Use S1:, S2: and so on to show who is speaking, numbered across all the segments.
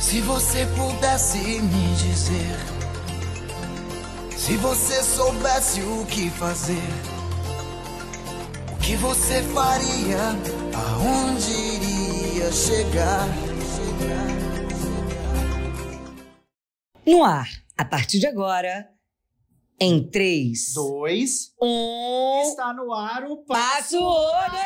S1: Se você pudesse me dizer, se você soubesse o que fazer, o que você faria, aonde iria chegar?
S2: No ar, a partir de agora, em 3,
S3: Dois.
S2: 1,
S3: Está no ar o
S2: passo
S3: Passo
S2: Odo!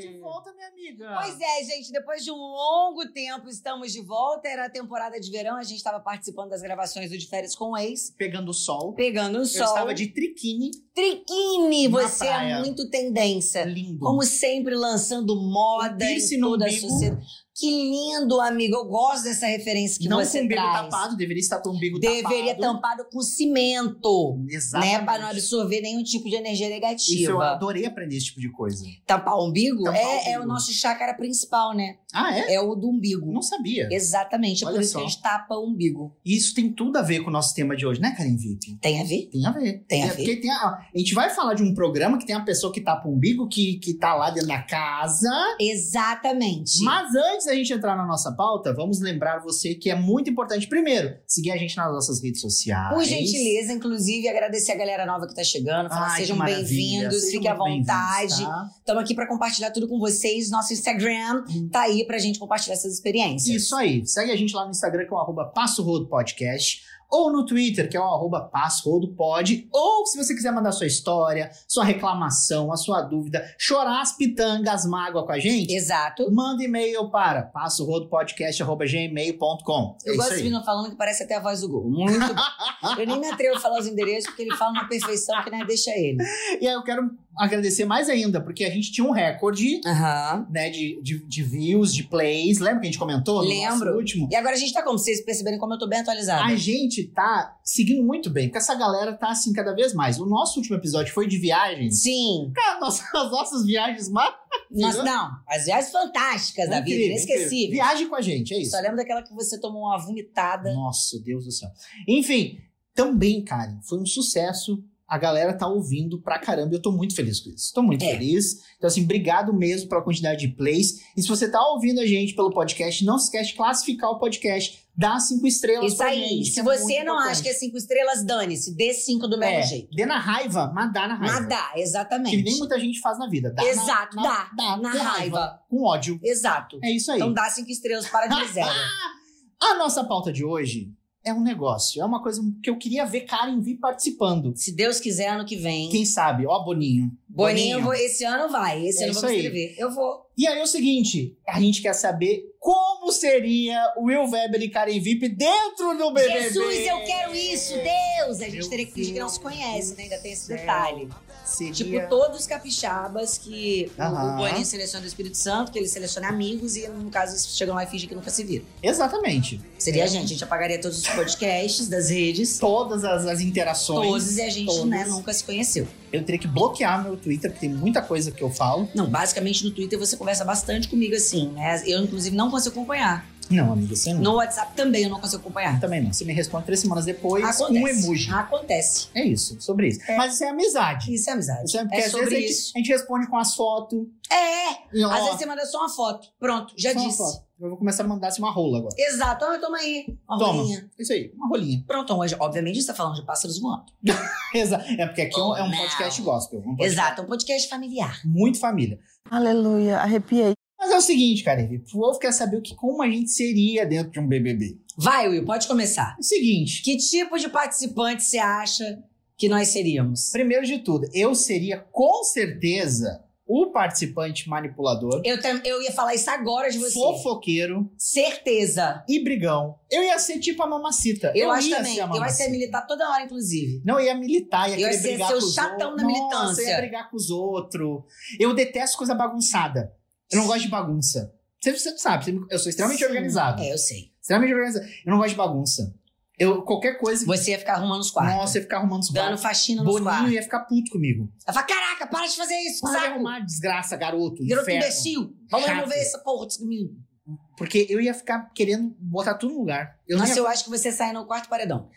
S3: de volta, minha amiga.
S2: é. Pois é, gente, depois de um longo tempo estamos de volta. Era a temporada de verão, a gente estava participando das gravações do De Férias com o Ex,
S3: Pegando o sol.
S2: pegando o
S3: Eu
S2: sol.
S3: estava de triquini.
S2: Triquini,
S3: na
S2: você é
S3: praia.
S2: muito tendência.
S3: Lindo.
S2: É. Como sempre, lançando moda em
S3: Piercing no
S2: toda a
S3: umbigo.
S2: sociedade. Que lindo, amigo. Eu gosto dessa referência que
S3: não com
S2: é você
S3: o umbigo
S2: traz.
S3: tapado. Deveria estar com o umbigo
S2: Deveria
S3: tapado.
S2: tampado com cimento.
S3: Exatamente.
S2: Né, para não absorver nenhum tipo de energia negativa.
S3: Isso, eu adorei aprender esse tipo de coisa.
S2: Tampar o umbigo,
S3: Tampar
S2: é,
S3: o umbigo.
S2: é o nosso chácara principal, né?
S3: Ah, é?
S2: É o do umbigo.
S3: Não sabia.
S2: Exatamente, é por
S3: Olha
S2: isso
S3: só.
S2: que a gente tapa o umbigo.
S3: E isso tem tudo a ver com o nosso tema de hoje, né, Karen Vip?
S2: Tem a ver?
S3: Tem a ver.
S2: Tem a
S3: É,
S2: ver.
S3: porque tem a, a gente vai falar de um programa que tem uma pessoa que tapa o umbigo, que, que tá lá dentro da casa.
S2: Exatamente.
S3: Ah. Mas antes da gente entrar na nossa pauta, vamos lembrar você que é muito importante, primeiro, seguir a gente nas nossas redes sociais.
S2: Por gentileza, inclusive, agradecer a galera nova que tá chegando. Falar,
S3: Ai, que
S2: sejam
S3: maravilha.
S2: bem-vindos,
S3: Sejam
S2: fiquem à
S3: muito bem-vindos,
S2: vontade.
S3: tá?
S2: Estamos aqui para compartilhar tudo com vocês. Nosso Instagram
S3: Hum.
S2: tá aí pra gente compartilhar essas experiências.
S3: Isso aí. Segue a gente lá no Instagram, que é o arroba Passo Rodo Podcast, ou no Twitter, que é o arroba Passo Rodo Pod, ou se você quiser mandar sua história, sua reclamação, a sua dúvida, chorar as pitangas, mágoa com a gente,
S2: Exato.
S3: manda e-mail para passorodopodcast.gmail.com. É
S2: Eu
S3: isso
S2: gosto
S3: aí.
S2: de menino falando que parece até a voz do gol. Muito bom. Eu nem me atrevo a falar os endereços, porque ele fala uma perfeição que não deixa ele.
S3: E aí eu quero agradecer mais ainda, porque a gente tinha um recorde
S2: Aham.
S3: né, de, de, de views, de plays. Lembra que a gente comentou no
S2: Lembro.
S3: nosso último?
S2: E agora a gente tá como? Vocês perceberem como eu tô bem atualizada.
S3: A gente tá seguindo muito bem, porque essa galera tá assim cada vez mais. O nosso último episódio foi de viagens.
S2: Sim.
S3: Cara, nossa- as nossas viagens mais
S2: Nós, não, as viagens fantásticas da vida,
S3: Incrível, incrível.
S2: inesquecíveis.
S3: Viagem com a gente, é isso.
S2: Só lembro daquela que você tomou uma vomitada.
S3: Nossa, Deus do céu. Enfim, também, Karen, foi um sucesso. A galera tá ouvindo pra caramba. Eu tô muito feliz com isso. Tô muito
S2: É.
S3: feliz. Então, assim, obrigado mesmo pela quantidade de plays. E se você tá ouvindo a gente pelo podcast, não se esquece de classificar o podcast. Dá cinco estrelas
S2: Isso
S3: pra
S2: aí.
S3: gente. é
S2: Se você não acha que é cinco estrelas, dane-se. Dê cinco do mesmo
S3: É.
S2: jeito.
S3: Dê na raiva, mas dá na raiva.
S2: Mas dá,
S3: Que nem
S2: exatamente.
S3: muita gente faz na vida. Dá na-
S2: Exato,
S3: na,
S2: dá.
S3: dá.
S2: Na
S3: com
S2: raiva.
S3: Com ódio.
S2: Exato.
S3: É isso aí.
S2: Então dá cinco estrelas para de zero.
S3: A nossa pauta de hoje é um negócio. É uma coisa que eu queria ver Karen vir participando.
S2: Se Deus quiser, ano que vem.
S3: Quem sabe? Ó, Boninho.
S2: Boninho, eu vou- esse ano vai. Esse
S3: É
S2: ano eu vou
S3: isso
S2: me
S3: aí.
S2: inscrever. Eu vou.
S3: E aí é o seguinte, a gente quer saber como seria o Will Weber e Karen VIP dentro do BBB.
S2: Jesus, eu quero isso, Deus! A gente
S3: Meu
S2: teria que fingir que não
S3: Deus
S2: se conhece, né? Ainda tem esse
S3: do céu.
S2: detalhe.
S3: Seria...
S2: Tipo, todos os capixabas que o- o
S3: Aham.
S2: Boninho seleciona do Espírito Santo, que ele seleciona amigos e, no caso, eles chegam lá e fingem que nunca se viram.
S3: Exatamente.
S2: Seria
S3: É.
S2: a gente, a gente apagaria todos os podcasts das redes,
S3: Todas as, as interações.
S2: todos, e a gente
S3: todos.
S2: né, nunca se conheceu.
S3: Eu teria que bloquear meu Twitter, porque tem muita coisa que eu falo.
S2: Não, basicamente no Twitter você conversa bastante comigo assim, né? Eu, inclusive, não consigo acompanhar.
S3: Não, amiga, você não.
S2: No WhatsApp também eu não consigo acompanhar.
S3: Também não. Você me responde três semanas depois com
S2: é. Acontece.
S3: um emoji.
S2: Acontece.
S3: É isso, sobre isso.
S2: É.
S3: Mas isso é amizade.
S2: Isso é amizade.
S3: Isso é, porque
S2: É
S3: às
S2: sobre
S3: vezes a gente-
S2: isso.
S3: A, gente, responde com as fotos.
S2: É!
S3: E, ó,
S2: Às vezes você manda só uma foto. Pronto, já
S3: só uma
S2: disse.
S3: foto. Eu vou começar a mandar assim, uma rola agora.
S2: Exato. Ah, toma aí. Uma
S3: Toma.
S2: rolinha.
S3: Isso aí, uma rolinha.
S2: Pronto, hoje, obviamente, você tá falando de pássaros voando.
S3: Exa- É porque aqui é um, é um
S2: Oh, não.
S3: podcast gospel. Um podcast
S2: Exato, é um podcast familiar.
S3: Muito família.
S4: Aleluia, arrepiei.
S3: Mas é o seguinte, cara, o povo quer saber o que, como a gente seria dentro de um BBB.
S2: Vai, Will, pode começar.
S3: É o seguinte,
S2: Que tipo de participante você acha que nós seríamos?
S3: primeiro de tudo, eu seria com certeza o participante manipulador,
S2: Eu, tam- eu ia falar isso agora de você.
S3: fofoqueiro
S2: Certeza.
S3: e brigão. Eu ia ser tipo a mamacita.
S2: Eu, acho é
S3: ia
S2: também.
S3: ser a
S2: Eu ia ser
S3: mamacita.
S2: militar toda hora, inclusive.
S3: Não, eu ia militar, ia
S2: Eu
S3: querer
S2: ia ser
S3: brigar
S2: seu
S3: com os
S2: chatão
S3: outros.
S2: da
S3: Nossa, eu
S2: militância.
S3: ia brigar com os outros. Eu detesto coisa bagunçada. Eu não gosto de bagunça. Você, você sabe, você- eu sou extremamente
S2: Sim.
S3: organizado.
S2: É, eu sei.
S3: Extremamente organizado. Eu não gosto de bagunça. Eu, qualquer coisa...
S2: Você ia ficar arrumando os quartos.
S3: Nossa, eu ia ficar arrumando os
S2: dando
S3: quartos.
S2: faxina nos
S3: Boninho
S2: quartos.
S3: ia ficar puto comigo.
S2: Ela fala, caraca, para de fazer isso,
S3: Para de
S2: saco.
S3: arrumar desgraça,
S2: Garoto
S3: garoto, inferno.
S2: imbecil. Vamos
S3: Chato.
S2: remover essa porra desse menino.
S3: Porque eu ia ficar querendo botar tudo no lugar. Eu não
S2: Nossa,
S3: ia...
S2: eu acho que você sai no quarto paredão.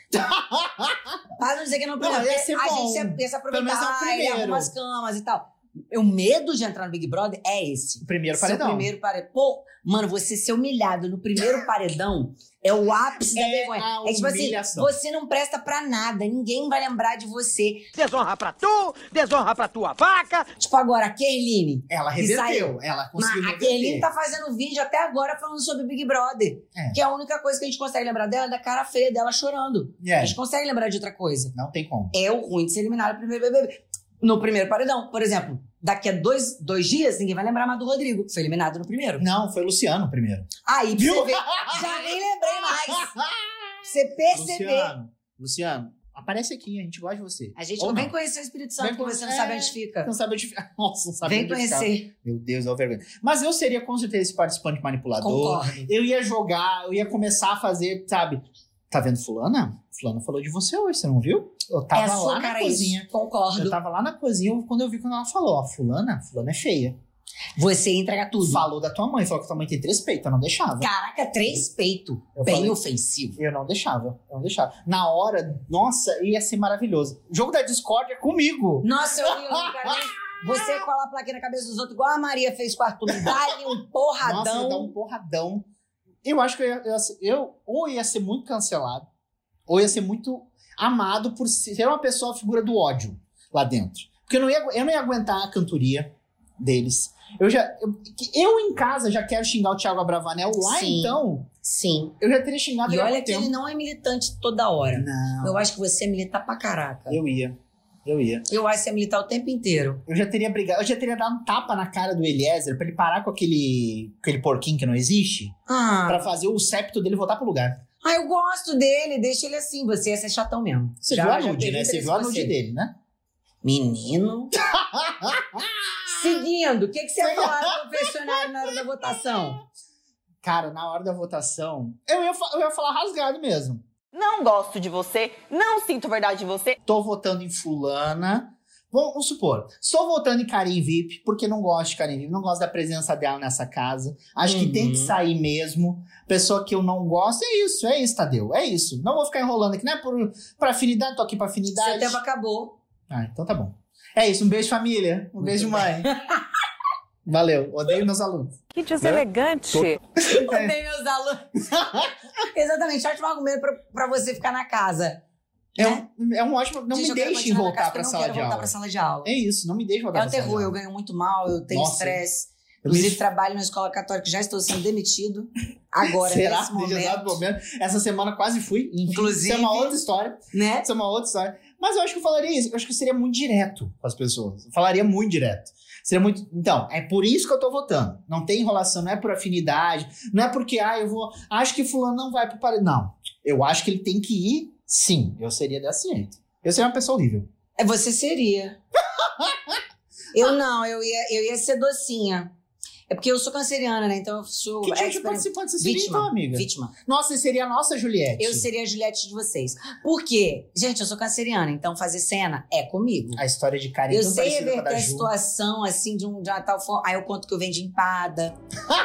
S2: Para não dizer que não,
S3: Não,
S2: problema.
S3: ia ser
S2: a gente
S3: bom.
S2: ia, ia se
S3: Pelo menos é o
S2: aproveitar, ele
S3: primeiro.
S2: arruma as camas e tal. o medo de entrar no Big Brother é esse.
S3: O primeiro
S2: Seu
S3: paredão.
S2: primeiro paredão. Pô, mano, você ser humilhado no primeiro paredão é o ápice da
S3: É
S2: vergonha.
S3: a
S2: é tipo assim,
S3: humilhação.
S2: você não presta pra nada, ninguém vai lembrar de você.
S5: Desonra pra tu, desonra pra tua vaca,
S2: Tipo agora, a Kerline.
S3: Ela
S2: que
S3: reverteu, ela conseguiu
S2: Mas a
S3: reverter.
S2: Kerline tá fazendo vídeo até agora falando sobre Big Brother.
S3: É.
S2: Que a única coisa que a gente consegue lembrar dela é da cara feia dela chorando. A
S3: É,
S2: gente consegue lembrar de outra coisa.
S3: não tem como.
S2: É o ruim de ser eliminado no primeiro BBB. No primeiro paredão, por exemplo. Daqui a dois, dois dias, ninguém vai lembrar mais do Rodrigo, que foi eliminado no primeiro.
S3: Não, foi o Luciano primeiro.
S2: Aí, pra
S3: Viu?
S2: você ver, já nem lembrei mais. é Pra Você perceber.
S3: Luciano, Luciano, aparece aqui, a gente gosta de você.
S2: A gente
S3: Ou
S2: não vem
S3: não.
S2: conhecer o Espírito Santo,
S3: Vem É. Tá
S2: que você não
S3: conhecer.
S2: sabe onde fica.
S3: Não sabe onde fica. Nossa, não sabe
S2: Vem
S3: onde fica.
S2: conhecer.
S3: Meu Deus, é uma vergonha. Mas eu seria com certeza esse participante manipulador.
S2: Concordo.
S3: Eu ia jogar, eu ia começar a fazer, sabe? Tá vendo fulana? Fulana falou de você hoje, você não viu? Eu
S2: É
S3: tava
S2: a
S3: lá
S2: sua
S3: na
S2: cara
S3: cozinha.
S2: isso. Concordo.
S3: Eu tava lá na cozinha quando eu vi quando ela falou, ó, fulana, fulana é feia.
S2: Você entrega tudo.
S3: Falou da tua mãe, falou que tua mãe tem três peitos, eu não deixava.
S2: Caraca, três peito.
S3: Eu
S2: Bem
S3: falei-
S2: ofensivo.
S3: Eu não deixava, eu não deixava. Na hora, nossa, ia ser maravilhoso. O jogo da Discord é comigo.
S2: Nossa, eu vi um cara. Você cola a plaquinha na cabeça dos outros, igual a Maria fez com o Arthur. Dá-lhe um
S3: Nossa,
S2: porradão.
S3: ia dar um porradão. Eu acho que eu, ia, eu ia ser- eu ou ia ser muito cancelado, ou ia ser muito amado por ser uma pessoa, figura do ódio lá dentro. Porque eu não ia, agu- eu não ia aguentar a cantoria deles. Eu já. Eu, que- eu em casa já quero xingar o Thiago Abravanel. Lá
S2: Sim.
S3: então,
S2: Sim.
S3: eu já teria xingado
S2: E
S3: ele há
S2: olha
S3: muito
S2: que
S3: tempo.
S2: ele não é militante toda hora.
S3: Não,
S2: Eu acho que você é militar pra caraca.
S3: eu ia. Eu ia.
S2: Eu acho que você é militar o tempo inteiro.
S3: Eu já teria brigado, eu já teria dado um tapa na cara do Eliezer pra ele parar com aquele, aquele porquinho que não existe,
S2: Ah,
S3: pra fazer o septo dele voltar pro lugar.
S2: ah, eu gosto dele, deixa ele assim. Você ia ser chatão mesmo.
S3: Você
S2: Já-
S3: viu a
S2: já
S3: nude,
S2: teve
S3: né? Você
S2: interesse
S3: viu a
S2: em
S3: nude
S2: você.
S3: dele, né?
S2: Menino. Seguindo, o que, que você ia falar do confessionário na hora da votação?
S3: Cara, na hora da votação, eu ia, fa- eu ia falar rasgado mesmo.
S6: Não gosto de você, não sinto verdade de você,
S3: Tô votando em fulana. Vamos, vamos supor, estou votando em Karim VIP, porque não gosto de Karim VIP, não gosto da presença dela nessa casa. Acho que tem que
S2: Uhum.
S3: sair mesmo. Pessoa que eu não gosto, é isso, é isso, Tadeu, é isso. Não vou ficar enrolando aqui, não é por, pra afinidade, tô aqui pra afinidade.
S2: Setembro acabou.
S3: Ah, então tá bom. É isso, um beijo família, um
S2: Muito
S3: beijo mãe. Valeu, odeio meus alunos.
S7: Que deselegante.
S2: Odeio meus alunos. Exatamente, ótimo argumento pra, pra você ficar na casa.
S3: É,
S2: Né?
S3: um, é um ótimo, não
S2: Gente,
S3: me
S2: eu quero
S3: deixem
S2: continuar na
S3: voltar
S2: casa porque
S3: pra
S2: eu não
S3: sala
S2: quero
S3: de
S2: voltar
S3: aula.
S2: pra sala de aula.
S3: É isso, não me deixe voltar
S2: É um
S3: pra sala
S2: terror,
S3: de
S2: eu
S3: aula.
S2: ganho muito mal, eu tenho
S3: Nossa.
S2: estresse.
S3: Eu
S2: Inclusive,
S3: me-
S2: trabalho na escola católica, já estou sendo demitido. Agora,
S3: Será?
S2: nesse
S3: Nesse é assim, exato
S2: momento.
S3: momento. Essa semana quase fui. Enfim,
S2: Inclusive-
S3: Isso é uma outra história.
S2: Né?
S3: Isso é uma outra história. Mas eu acho que eu falaria isso. Eu acho que eu seria muito direto com as pessoas. Eu falaria muito direto. Seria muito. Então, é por isso que eu tô votando. Não tem enrolação, não é por afinidade, não é porque, ah, eu vou. Acho que fulano não vai pro pare. Não. Eu acho que ele tem que ir, sim. Eu seria desse jeito. Eu seria uma pessoa horrível.
S2: É, Você seria. eu não, eu ia, eu ia ser docinha. É porque eu sou canceriana, né? Então eu sou.
S3: Que tipo de
S2: expert-
S3: participante você seria,
S2: Vítima.
S3: então, amiga?
S2: Vítima.
S3: Nossa, você seria a nossa Juliette.
S2: Eu seria a Juliette de vocês. Por quê? Gente, eu sou canceriana, então fazer cena é comigo.
S3: A história de Karen é
S2: eu
S3: tão
S2: sei
S3: parecida com a
S2: reverter
S3: da
S2: a
S3: Ju.
S2: situação, assim, de, um, de uma tal forma. Aí eu conto que eu vendi empada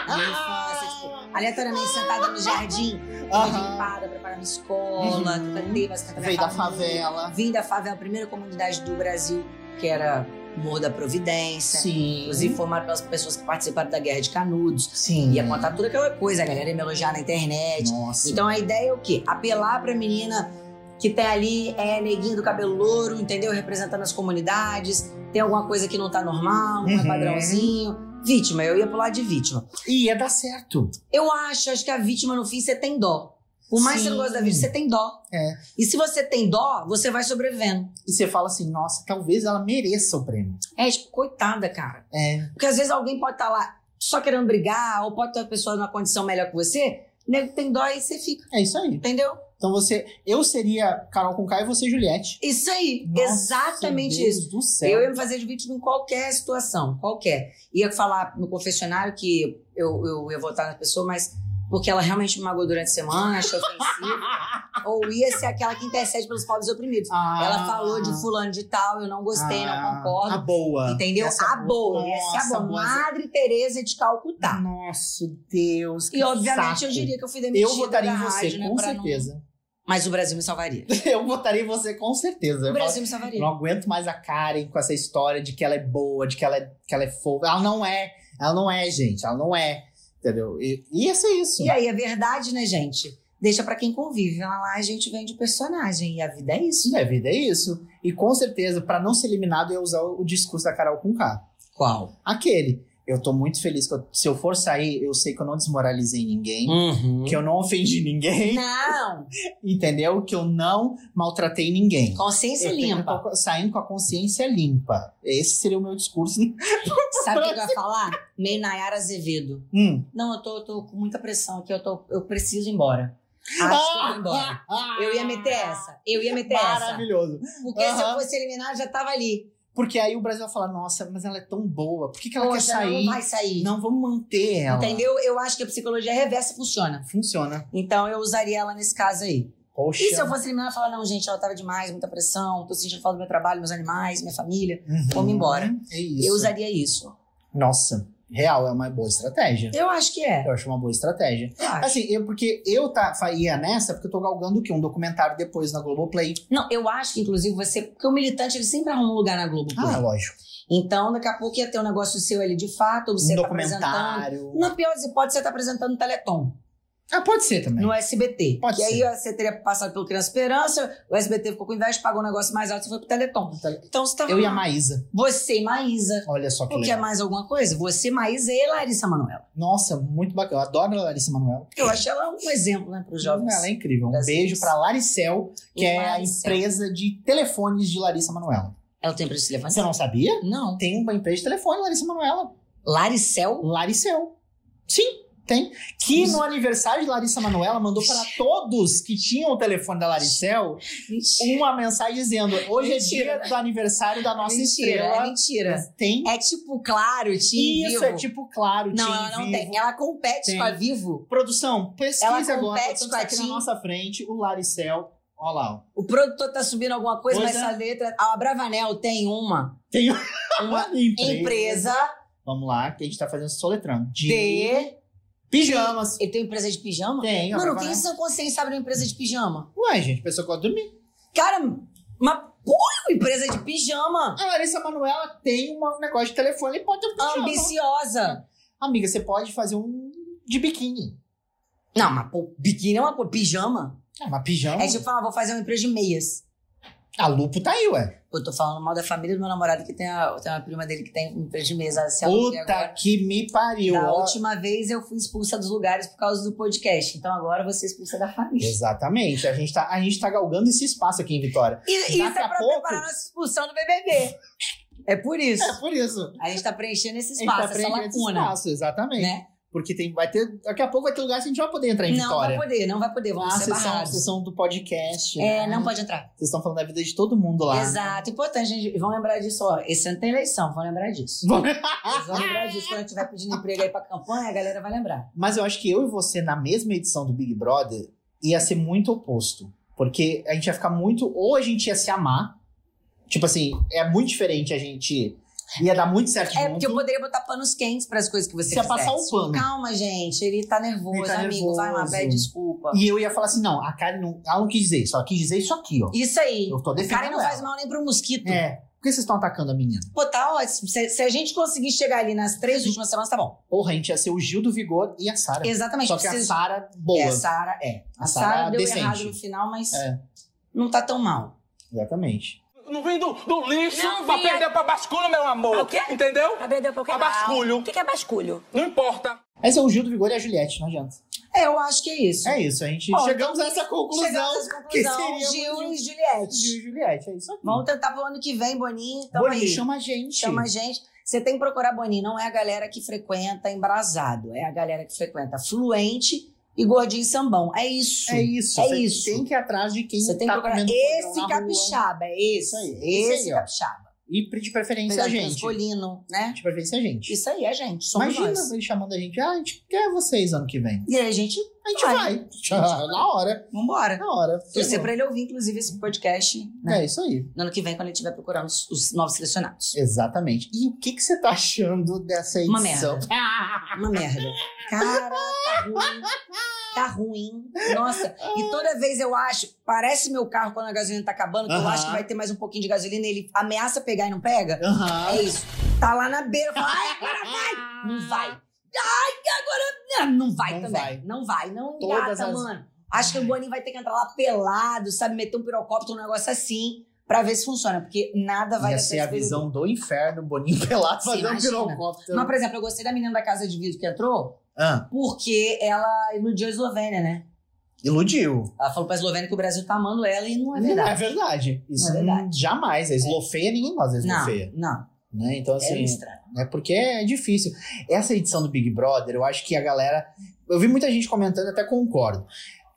S2: na minha infância, tipo, aleatoriamente sentada no jardim, eu vendi
S3: Aham.
S2: empada pra pagar minha escola,
S3: Uhum.
S2: cantei bastante
S3: Veio da favela.
S2: Vim da favela, a primeira comunidade do Brasil, que era Morro da Providência.
S3: Sim.
S2: Inclusive, formado pelas pessoas que participaram da Guerra de Canudos.
S3: Sim.
S2: Ia contar toda aquela coisa, a galera ia me elogiar na internet.
S3: Nossa.
S2: Então a ideia é o quê? Apelar pra menina que tem ali, é neguinho do cabelo louro, entendeu? Representando as comunidades, tem alguma coisa que não tá normal, não
S3: Uhum.
S2: é padrãozinho. Vítima, eu ia pro lado de vítima.
S3: E ia dar certo.
S2: Eu acho, acho que a vítima no fim você tem dó. Por mais que você não
S3: Sim.
S2: goste da vítima, você tem dó.
S3: É.
S2: E se você tem dó, você vai sobrevivendo.
S3: E você fala assim, nossa, talvez ela mereça o prêmio.
S2: É, tipo, coitada, cara.
S3: É.
S2: Porque às vezes alguém pode estar lá só querendo brigar, ou pode ter uma pessoa numa condição melhor que você, nego tem dó e você fica,
S3: É isso aí.
S2: entendeu?
S3: Então você, eu seria Carol Conká e você Juliette.
S2: Isso aí,
S3: Nossa,
S2: exatamente
S3: Deus
S2: isso.
S3: do céu.
S2: Eu ia me fazer de vítima em qualquer situação, qualquer. Ia falar no confessionário que eu, eu ia votar na pessoa, mas porque ela realmente me magoou durante a semana, achei ofensiva. Ou ia ser aquela que intercede pelos pobres oprimidos.
S3: Ah.
S2: ela falou de fulano de tal, eu não gostei,
S3: Ah.
S2: não concordo.
S3: A boa.
S2: Entendeu?
S3: Essa
S2: a boa.
S3: Nossa,
S2: Essa é a boa.
S3: boa.
S2: Madre Teresa de Calcutá.
S3: Nossa, Deus.
S2: tá.
S3: que
S2: E obviamente
S3: saco.
S2: eu diria que eu fui demitida
S3: Eu votaria
S2: da
S3: em você,
S2: rádio, né,
S3: com
S2: pra não-
S3: certeza.
S2: Mas o Brasil me salvaria.
S3: Eu votaria em você com certeza.
S2: O
S3: Eu falo,
S2: Brasil me
S3: eu
S2: salvaria.
S3: não aguento mais a Karen com essa história de que ela é boa, de que ela é, que ela é fofa. Ela não é. Ela não é, gente. Ela não é. Entendeu? E, e ia ser isso.
S2: E aí, a verdade, né, gente? Deixa pra quem convive. Lá a gente vende o personagem. E a vida é isso.
S3: Isso é vida, é isso. E com certeza, pra não ser eliminado, eu ia usar o discurso da Carol com K.
S2: Qual?
S3: Aquele. Eu tô muito feliz que eu- se eu for sair, eu sei que eu não desmoralizei ninguém,
S2: Uhum.
S3: que eu não ofendi ninguém,
S2: Não!
S3: entendeu? Que eu não maltratei ninguém.
S2: Consciência
S3: Eu tenho
S2: limpa.
S3: com a- saindo com a consciência limpa. Esse seria o meu discurso.
S2: Sabe o que eu ia falar? Meio Nayara Azevedo.
S3: Hum.
S2: Não, eu tô, eu tô com muita pressão aqui. Eu, tô, eu preciso ir embora. Acho que
S3: Ah!
S2: eu vou embora. Eu ia meter essa. Eu ia meter essa.
S3: Maravilhoso.
S2: Porque se eu
S3: Aham.
S2: fosse eliminada, já tava ali.
S3: Porque aí o Brasil vai falar: nossa, mas ela é tão boa, por que, que ela
S2: Poxa,
S3: quer sair?
S2: Não vai sair.
S3: Não, vamos manter ela.
S2: Entendeu? Eu acho que a psicologia reversa funciona.
S3: Funciona.
S2: Então eu usaria ela nesse caso aí.
S3: Poxa.
S2: E se eu fosse eliminar, eu falar, não, gente, ela tava demais, muita pressão, tô sentindo falta do meu trabalho, meus animais, minha família.
S3: Uhum.
S2: Vamos embora.
S3: É isso.
S2: Eu usaria isso.
S3: Nossa, real, é uma boa estratégia.
S2: Eu acho que é.
S3: Eu acho uma boa estratégia.
S2: Eu acho.
S3: Assim, eu, porque eu tá, ia nessa, porque eu tô galgando o quê? Um documentário depois na Globoplay.
S2: Não, eu acho que, inclusive, você. Porque o militante ele sempre arruma um lugar na Globo.
S3: Ah, lógico.
S2: Então, daqui a pouco ia ter um negócio seu ali de fato, ou você
S3: um
S2: tá apresentando.
S3: documentário.
S2: Na pior das hipóteses, você tá apresentando um Teleton
S3: Ah, pode ser também.
S2: no SBT.
S3: Pode
S2: e aí
S3: ser.
S2: ó, você teria passado pelo Criança Esperança, o SBT ficou com inveja, pagou um negócio mais alto, você foi pro Teleton. Então você tava.
S3: Eu e a
S2: lá.
S3: Maísa.
S2: Você e Maísa.
S3: Olha só que
S2: Porque é
S3: legal.
S2: mais alguma coisa? Você, Maísa e Larissa Manoela.
S3: Nossa, muito bacana. Eu adoro a Larissa Manoel.
S2: Eu acho ela um exemplo, né, para os jovens.
S3: Ela é incrível. Um
S2: Brasileiros.
S3: beijo pra Laricel, que é a
S2: Laricel.
S3: empresa de telefones de Larissa Manoela.
S2: Ela tem preço de
S3: Você
S2: levante?
S3: não sabia?
S2: Não.
S3: Tem uma empresa de telefone, Larissa Manoela.
S2: Laricel?
S3: Laricel. Sim, tem. Que no aniversário de Larissa Manoela mandou para todos que tinham o telefone da Laricel uma mensagem dizendo: hoje é
S2: Mentira.
S3: dia do aniversário da nossa
S2: mentira, é
S3: estrela.
S2: mentira.
S3: Tem.
S2: É tipo claro, Tim
S3: Isso
S2: Vivo.
S3: é tipo claro,
S2: Não,
S3: Tim
S2: ela não
S3: Vivo.
S2: tem. Ela compete
S3: Tem.
S2: com a Vivo.
S3: Produção, pesquisa
S2: Ela
S3: agora.
S2: compete
S3: portanto,
S2: com a
S3: tá aqui na
S2: Tim.
S3: nossa frente, o Laricel. Olha lá, ó.
S2: O produtor tá subindo alguma coisa,
S3: Pois
S2: mas
S3: é.
S2: essa letra. A Bravanel tem uma.
S3: Tem
S2: uma empresa
S3: Vamos lá, que a gente tá fazendo soletrando. De,
S2: de.
S3: pijamas.
S2: Ele tem uma empresa de pijama?
S3: Tem, ó,
S2: Mano,
S3: pra
S2: quem em sã consciência abre uma empresa de pijama?
S3: Ué, gente, a pessoa gosta de dormir.
S2: Cara, mas porra, uma empresa de pijama!
S3: A Larissa Manoela tem uma- um negócio de telefone e pode ter um pijama.
S2: Ambiciosa!
S3: Amiga, você pode fazer um de biquíni.
S2: Não, mas pô, biquíni é uma coisa. Pijama?
S3: Ah, mas pijama.
S2: É tipo falar, vou fazer uma empresa de meias.
S3: A Lupo tá aí, ué.
S2: Eu tô falando mal da família do meu namorado, que tem, a, tem uma prima dele que tem uma empresa de meias. Ela se alugou agora.
S3: Puta que me pariu.
S2: Da
S3: ó.
S2: última vez eu fui expulsa dos lugares por causa do podcast. Então agora eu vou ser expulsa da família.
S3: Exatamente. A gente, tá, a gente tá galgando esse espaço aqui em Vitória.
S2: E, e isso
S3: Daqui
S2: é
S3: a
S2: pra
S3: pouco-
S2: preparar nossa expulsão do BBB. É por isso.
S3: É por isso.
S2: A gente tá preenchendo esse
S3: A gente tá
S2: espaço, essa
S3: aprendendo esse
S2: lacuna.
S3: espaço, exatamente.
S2: Né?
S3: Porque tem, vai ter, daqui a pouco vai ter lugar que a gente não vai poder entrar em
S2: Não vai
S3: Vitória.
S2: poder, não vai poder. Vamos
S3: a
S2: ser
S3: sessão, a
S2: barrados.
S3: sessão do podcast.
S2: É,
S3: né?
S2: não pode entrar.
S3: Vocês estão falando da vida de todo mundo lá.
S2: Exato. Importante, gente. Vão lembrar disso, ó. Esse ano tem eleição, vão lembrar disso. Vocês vão lembrar disso quando a gente vai pedindo emprego aí pra campanha, a galera vai lembrar.
S3: Mas eu acho que eu e você, na mesma edição do Big Brother, ia ser muito oposto. Porque a gente ia ficar muito. Ou a gente ia se amar. Tipo assim, é muito diferente a gente. Ia dar muito certo
S2: É,
S3: junto.
S2: porque eu poderia botar panos quentes pras coisas que você
S3: Você ia passar
S2: fizesse.
S3: o pano.
S2: Calma, gente. Ele tá nervoso,
S3: Ele tá
S2: amigo. Vai lá,
S3: nervoso.
S2: pede desculpa.
S3: E eu ia falar assim: não, a Karen não, ela não quis dizer isso. Ela quis dizer isso aqui, ó.
S2: Isso aí.
S3: Eu tô
S2: O
S3: defendendo.
S2: cara não
S3: ela.
S2: faz mal nem pro mosquito.
S3: É. Por que vocês estão atacando a menina?
S2: Pô, tá ótimo. Se, se a gente conseguir chegar ali nas três últimas semanas, tá bom.
S3: Porra, a gente ia ser o Gil do Vigor e a Sara.
S2: Exatamente.
S3: É. Só que a
S2: precisa-
S3: Sara, boa.
S2: É, a Sara. é.
S3: É,
S2: A Sara deu
S3: decente.
S2: errado no final, mas
S3: É.
S2: não tá tão mal.
S3: Exatamente.
S5: Não vem do, do lixo
S7: Não
S5: pra
S7: vim
S5: perder pra basculho, meu amor.
S7: O quê?
S5: Entendeu?
S7: Pra perder pra quê?
S5: A basculho.
S7: O que que é basculho?
S5: Não importa.
S3: Esse é o Gil do Vigor e a Juliette, não adianta.
S2: É, eu acho que é isso.
S3: É isso, a gente
S2: Bom,
S3: chegamos a essa conclusão.
S2: Chegamos a essa
S3: que
S2: conclusão,
S3: seria
S2: um Gil e
S3: Gil
S2: Juliette.
S3: e Juliette, é isso aí.
S2: Vamos tentar pro ano que vem, Boninho. Tamo
S3: Boninho,
S2: aí.
S3: chama a gente.
S2: Chama a Então, gente. Você tem que procurar Boninho. Não é a galera que frequenta embrasado. É a galera que frequenta fluente e gordinho sambão. É isso.
S3: É isso,
S2: É
S3: você
S2: isso.
S3: tem que ir atrás de quem
S2: Você tem que
S3: tá
S2: procurar
S3: comendo
S2: esse
S3: podrão na rua.
S2: capixaba. É esse.
S3: Isso aí, esse
S2: Esse,
S3: aí, ó.
S2: capixaba.
S3: E pre- de preferência a
S2: Cuidado com
S3: gente.
S2: os Colino, né?
S3: De preferência a gente.
S2: Isso aí é gente. Somos
S3: Imagina
S2: nós.
S3: ele chamando a gente. Ah, a gente quer vocês ano que vem.
S2: E aí, gente,
S3: A gente
S2: Vai.
S3: vai. Ah, Na hora.
S2: vambora.
S3: Na hora.
S2: Torcer
S3: Ferrou.
S2: pra ele ouvir, inclusive, esse podcast né?
S3: É isso aí.
S2: no ano que vem, quando ele estiver procurando os, os novos selecionados.
S3: Exatamente. E o que, que você tá achando dessa edição?
S2: Uma merda. Uma merda. Cara, tá ruim. tá ruim. Nossa, e toda vez eu acho, parece meu carro quando a gasolina tá acabando, que eu
S3: Aham.
S2: acho que vai ter mais um pouquinho de gasolina, e ele ameaça pegar e não pega.
S3: Aham.
S2: É isso. Tá lá na beira, fala, ai, agora vai. Não vai. Ai, agora não vai
S3: Não
S2: também.
S3: vai.
S2: Não vai, não engata,
S3: Todas as-
S2: mano. Acho que o Boninho vai ter que entrar lá pelado, sabe, meter um pirocóptero, um negócio assim, pra ver se funciona, porque nada vai
S3: Ia
S2: dar
S3: ser
S2: certo
S3: a
S2: pra ele.
S3: visão do inferno, Boninho pelado
S2: Você
S3: fazendo
S2: imagina?
S3: pirocóptero.
S2: Mas, por exemplo, eu gostei da menina da casa de vidro que entrou,
S3: Ah,
S2: porque ela iludiu a Eslovênia, né?
S3: iludiu.
S2: Ela falou pra Eslovênia que o Brasil tá amando ela e não é
S3: Não é
S2: verdade.
S3: verdade. Isso
S2: Não é verdade.
S3: hum, jamais. A eslofeia ninguém gosta de
S2: Não,
S3: eslofeia.
S2: não.
S3: Né? Então,
S2: É
S3: assim,
S2: estranho.
S3: né? Porque é difícil. Essa edição do Big Brother, eu acho que a galera. Eu vi muita gente comentando, até concordo.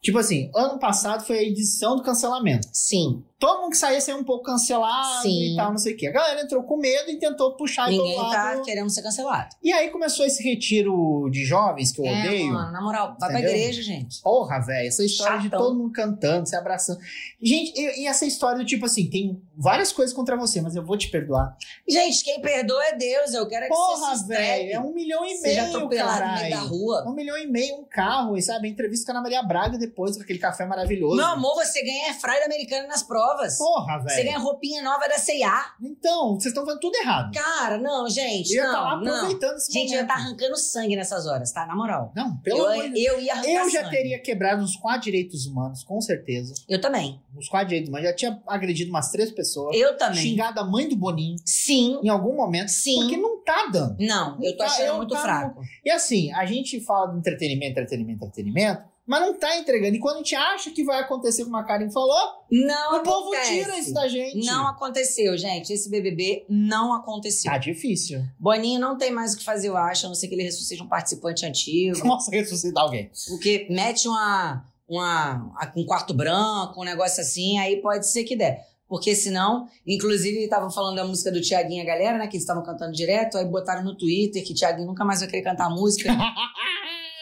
S3: Tipo assim, ano passado foi a edição do cancelamento.
S2: Sim.
S3: Todo mundo que saía saiu um pouco cancelado
S2: Sim.
S3: e tal, não sei o quê. A galera entrou com medo e tentou puxar e
S2: Ninguém tá
S3: lado.
S2: querendo ser cancelado.
S3: E aí começou esse retiro de jovens que eu
S2: é,
S3: odeio.
S2: mano, na moral, vai pra
S3: Entendeu?
S2: igreja, gente.
S3: Porra, velho, essa história de
S2: Chatão.
S3: todo mundo cantando, se abraçando. Gente, e, e essa história do tipo assim, tem várias coisas contra você, mas eu vou te perdoar.
S2: Gente, quem perdoa é Deus. Eu quero é que
S3: Porra,
S2: você se
S3: velho, é
S2: velho.
S3: um milhão e
S2: Seja
S3: meio,
S2: atropelado no meio da
S3: caralho.
S2: rua.
S3: Um milhão e meio, um carro, e sabe? Entrevista com a Ana Maria Braga depois, com aquele café maravilhoso.
S2: Meu amor, você ganha fralda americana nas provas.
S3: Porra,
S2: você
S3: velho.
S2: ganha roupinha nova da C&A.
S3: Então, vocês estão fazendo tudo errado.
S2: Cara, não, gente,
S3: eu ia
S2: não,
S3: estar lá
S2: não.
S3: aproveitando esse
S2: Gente, eu ia
S3: momento.
S2: tá arrancando sangue nessas horas, tá? Na moral.
S3: Não, pelo
S2: eu,
S3: amor de Deus.
S2: eu ia arrancar
S3: Eu já
S2: sangue.
S3: teria quebrado uns quatro direitos humanos, com certeza.
S2: Eu também.
S3: Uns quatro direitos humanos. Já tinha agredido umas três pessoas.
S2: Eu também.
S3: Xingado a mãe do Boninho
S2: Sim.
S3: em algum momento.
S2: Sim.
S3: Porque não tá dando.
S2: Não, eu tô
S3: Tá,
S2: achando
S3: eu
S2: muito
S3: tá
S2: fraco.
S3: E assim, a gente fala de entretenimento, entretenimento, entretenimento, mas não tá entregando. E quando a gente acha que vai acontecer como a Karen falou,
S2: Não
S3: o povo
S2: acontece.
S3: tira isso da gente.
S2: Não aconteceu, gente. Esse BBB não aconteceu.
S3: Tá difícil.
S2: Boninho não tem mais o que fazer, eu acho, a não ser que ele ressuscite um participante antigo.
S3: Nossa, ressuscitar alguém.
S2: Porque mete uma, uma, um quarto branco, um negócio assim, aí pode ser que der. Porque senão, inclusive, estavam falando da música do Tiaguinho e a galera, né? Que eles estavam cantando direto, aí botaram no Twitter que Tiaguinho nunca mais vai querer cantar a música.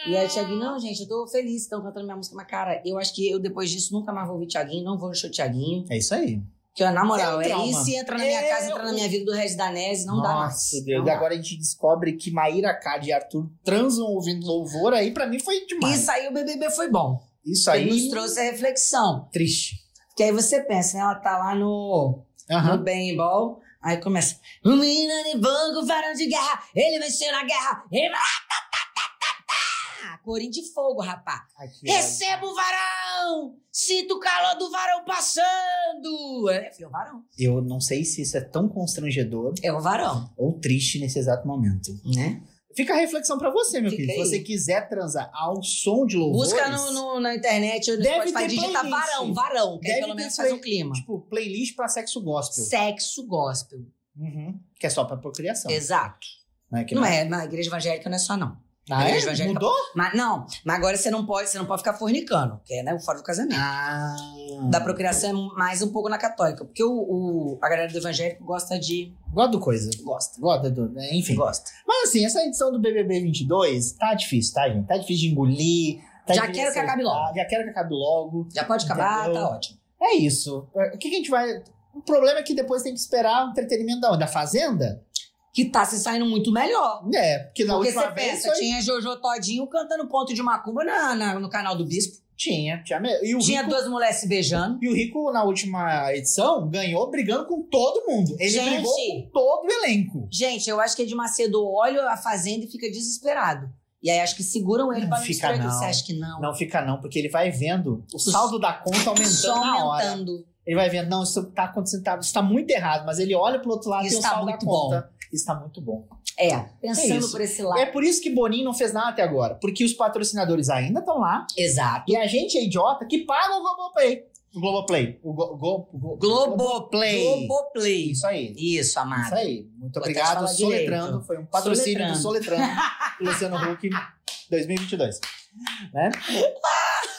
S2: e aí o Tiaguinho, não, gente, eu tô feliz, estão cantando minha música, mas cara, eu acho que eu depois disso nunca mais vou ouvir Tiaguinho, não vou no show de Tiaguinho.
S3: É isso aí.
S2: Que ó, na moral,
S3: É um
S2: é,
S3: trauma.
S2: isso e entra na minha
S3: É
S2: casa, entra na
S3: um-
S2: minha vida do Regis Danese, não dá mais.
S3: Nossa, Deus.
S2: Não
S3: E
S2: dá.
S3: agora a gente descobre que Maíra Cade e Arthur transam ouvindo louvor aí, pra mim foi demais.
S2: Isso aí o BBB foi bom.
S3: Isso
S2: Ele nos trouxe a reflexão.
S3: triste.
S2: Porque aí você pensa, né? Ela tá lá no,
S3: Aham.
S2: no bem bom. Aí começa. O menino de banco, varão de guerra. Ele venceu na guerra. Ele... vai lá, tá, tá, tá, tá, tá. Corinthians de fogo, rapá.
S3: Aqui, ó.
S2: Receba o varão! Sinto o calor do varão passando! É, filho, é o varão.
S3: Eu não sei se isso é tão constrangedor
S2: É o varão,
S3: ou triste nesse exato momento.
S2: né?
S3: Fica a reflexão pra você, meu
S2: Fica
S3: filho.
S2: aí.
S3: Se você quiser transar ao som de louvores...
S2: Busca no, no- na internet, no
S3: Deve
S2: Spotify,
S3: ter
S2: digita
S3: playlist.
S2: varão, varão, que aí
S3: Deve
S2: pelo
S3: ter
S2: menos faz um
S3: play-
S2: clima.
S3: Tipo, playlist pra sexo gospel.
S2: Sexo gospel.
S3: Uhum. Que é só pra procriação.
S2: Exato.
S3: né? Que
S2: Não é, na igreja evangélica não é só, não.
S3: Ah,
S2: Igreja
S3: é?
S2: evangélica-
S3: Mudou?
S2: Mas não, mas agora você não pode, você não pode ficar fornicando, que é né, o fora do casamento.
S3: Ah.
S2: Da procriação é mais um pouco na católica, porque o, o- a galera do evangélico gosta de.
S3: Gosto do coisa.
S2: Gosta.
S3: Gosto do... né, Enfim.
S2: Gosta.
S3: Mas assim, essa edição do BBB 22 tá difícil, tá, gente? Tá difícil de engolir. tá
S2: Já
S3: difícil
S2: quero
S3: de
S2: que
S3: aceitar,
S2: acabe logo.
S3: Já quero que acabe logo.
S2: Já pode acabar,
S3: Entendeu?
S2: tá ótimo.
S3: É isso. O que, que a gente vai... O problema é que depois tem que esperar o entretenimento da, da Fazenda?
S2: Que tá se saindo muito melhor.
S3: É, porque na
S2: Porque
S3: última
S2: você
S3: vez
S2: pensa,
S3: foi-
S2: tinha Jojo Todinho cantando ponto de macumba na, na- no canal do Bispo.
S3: Tinha, tinha mesmo. E o
S2: Tinha
S3: Rico-
S2: duas mulheres se beijando.
S3: E o Rico, na última edição, ganhou brigando com todo mundo. Ele
S2: Gente!
S3: brigou com todo o elenco.
S2: Gente, eu acho que Ed Macedo olha a fazenda e fica desesperado. E aí acho que seguram ele
S3: Não
S2: pra não
S3: fica,
S2: destruir. aquilo.
S3: não.
S2: Você acha que não?
S3: Não fica não, porque ele vai vendo o saldo da conta aumentando
S2: Só
S3: na hora.
S2: aumentando.
S3: Ele vai vendo, não, isso tá acontecendo, tá, isso tá muito errado. Mas ele olha pro outro lado e
S2: Isso
S3: tem o
S2: tá
S3: saldo da
S2: muito
S3: conta. Isso tá muito bom.
S2: É,
S3: É
S2: pensando
S3: isso.
S2: por esse lado.
S3: É por isso que Boninho não fez nada até agora. Porque os patrocinadores ainda estão lá.
S2: Exato.
S3: E a gente é idiota que paga o Globoplay. O Globoplay. O Go, Go- Go-
S2: Globoplay. Globoplay.
S3: Isso aí.
S2: Isso, amado.
S3: Isso aí. Muito
S2: Vou até
S3: obrigado.
S2: falar
S3: Soletrando.
S2: direito.
S3: Foi um patrocínio do
S2: Soletrando.
S3: Soletrando. Luciano Huck 2022. Né?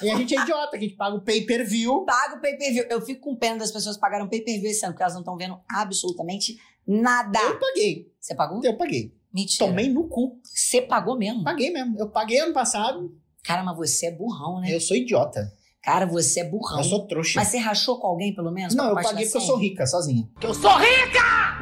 S3: E a gente é idiota, que a gente paga o pay per view.
S2: Paga o pay-per-view. Eu fico com pena das pessoas que pagaram pay-per-view esse ano, porque elas não estão vendo absolutamente nada.
S3: Eu paguei.
S2: Você pagou?
S3: Eu paguei.
S2: Tá. Mentira.
S3: Tomei no cu.
S2: Você pagou mesmo?
S3: Paguei mesmo. Eu paguei ano passado.
S2: Cara, mas você é burrão, né?
S3: Eu sou idiota.
S2: Cara, você é burrão.
S3: Eu sou trouxa.
S2: Mas assim? você rachou com alguém, pelo menos?
S3: não,
S2: pra
S3: eu
S2: compartilhar
S3: paguei porque eu
S2: senha?
S3: sou rica, sozinha.
S5: Eu sou rica!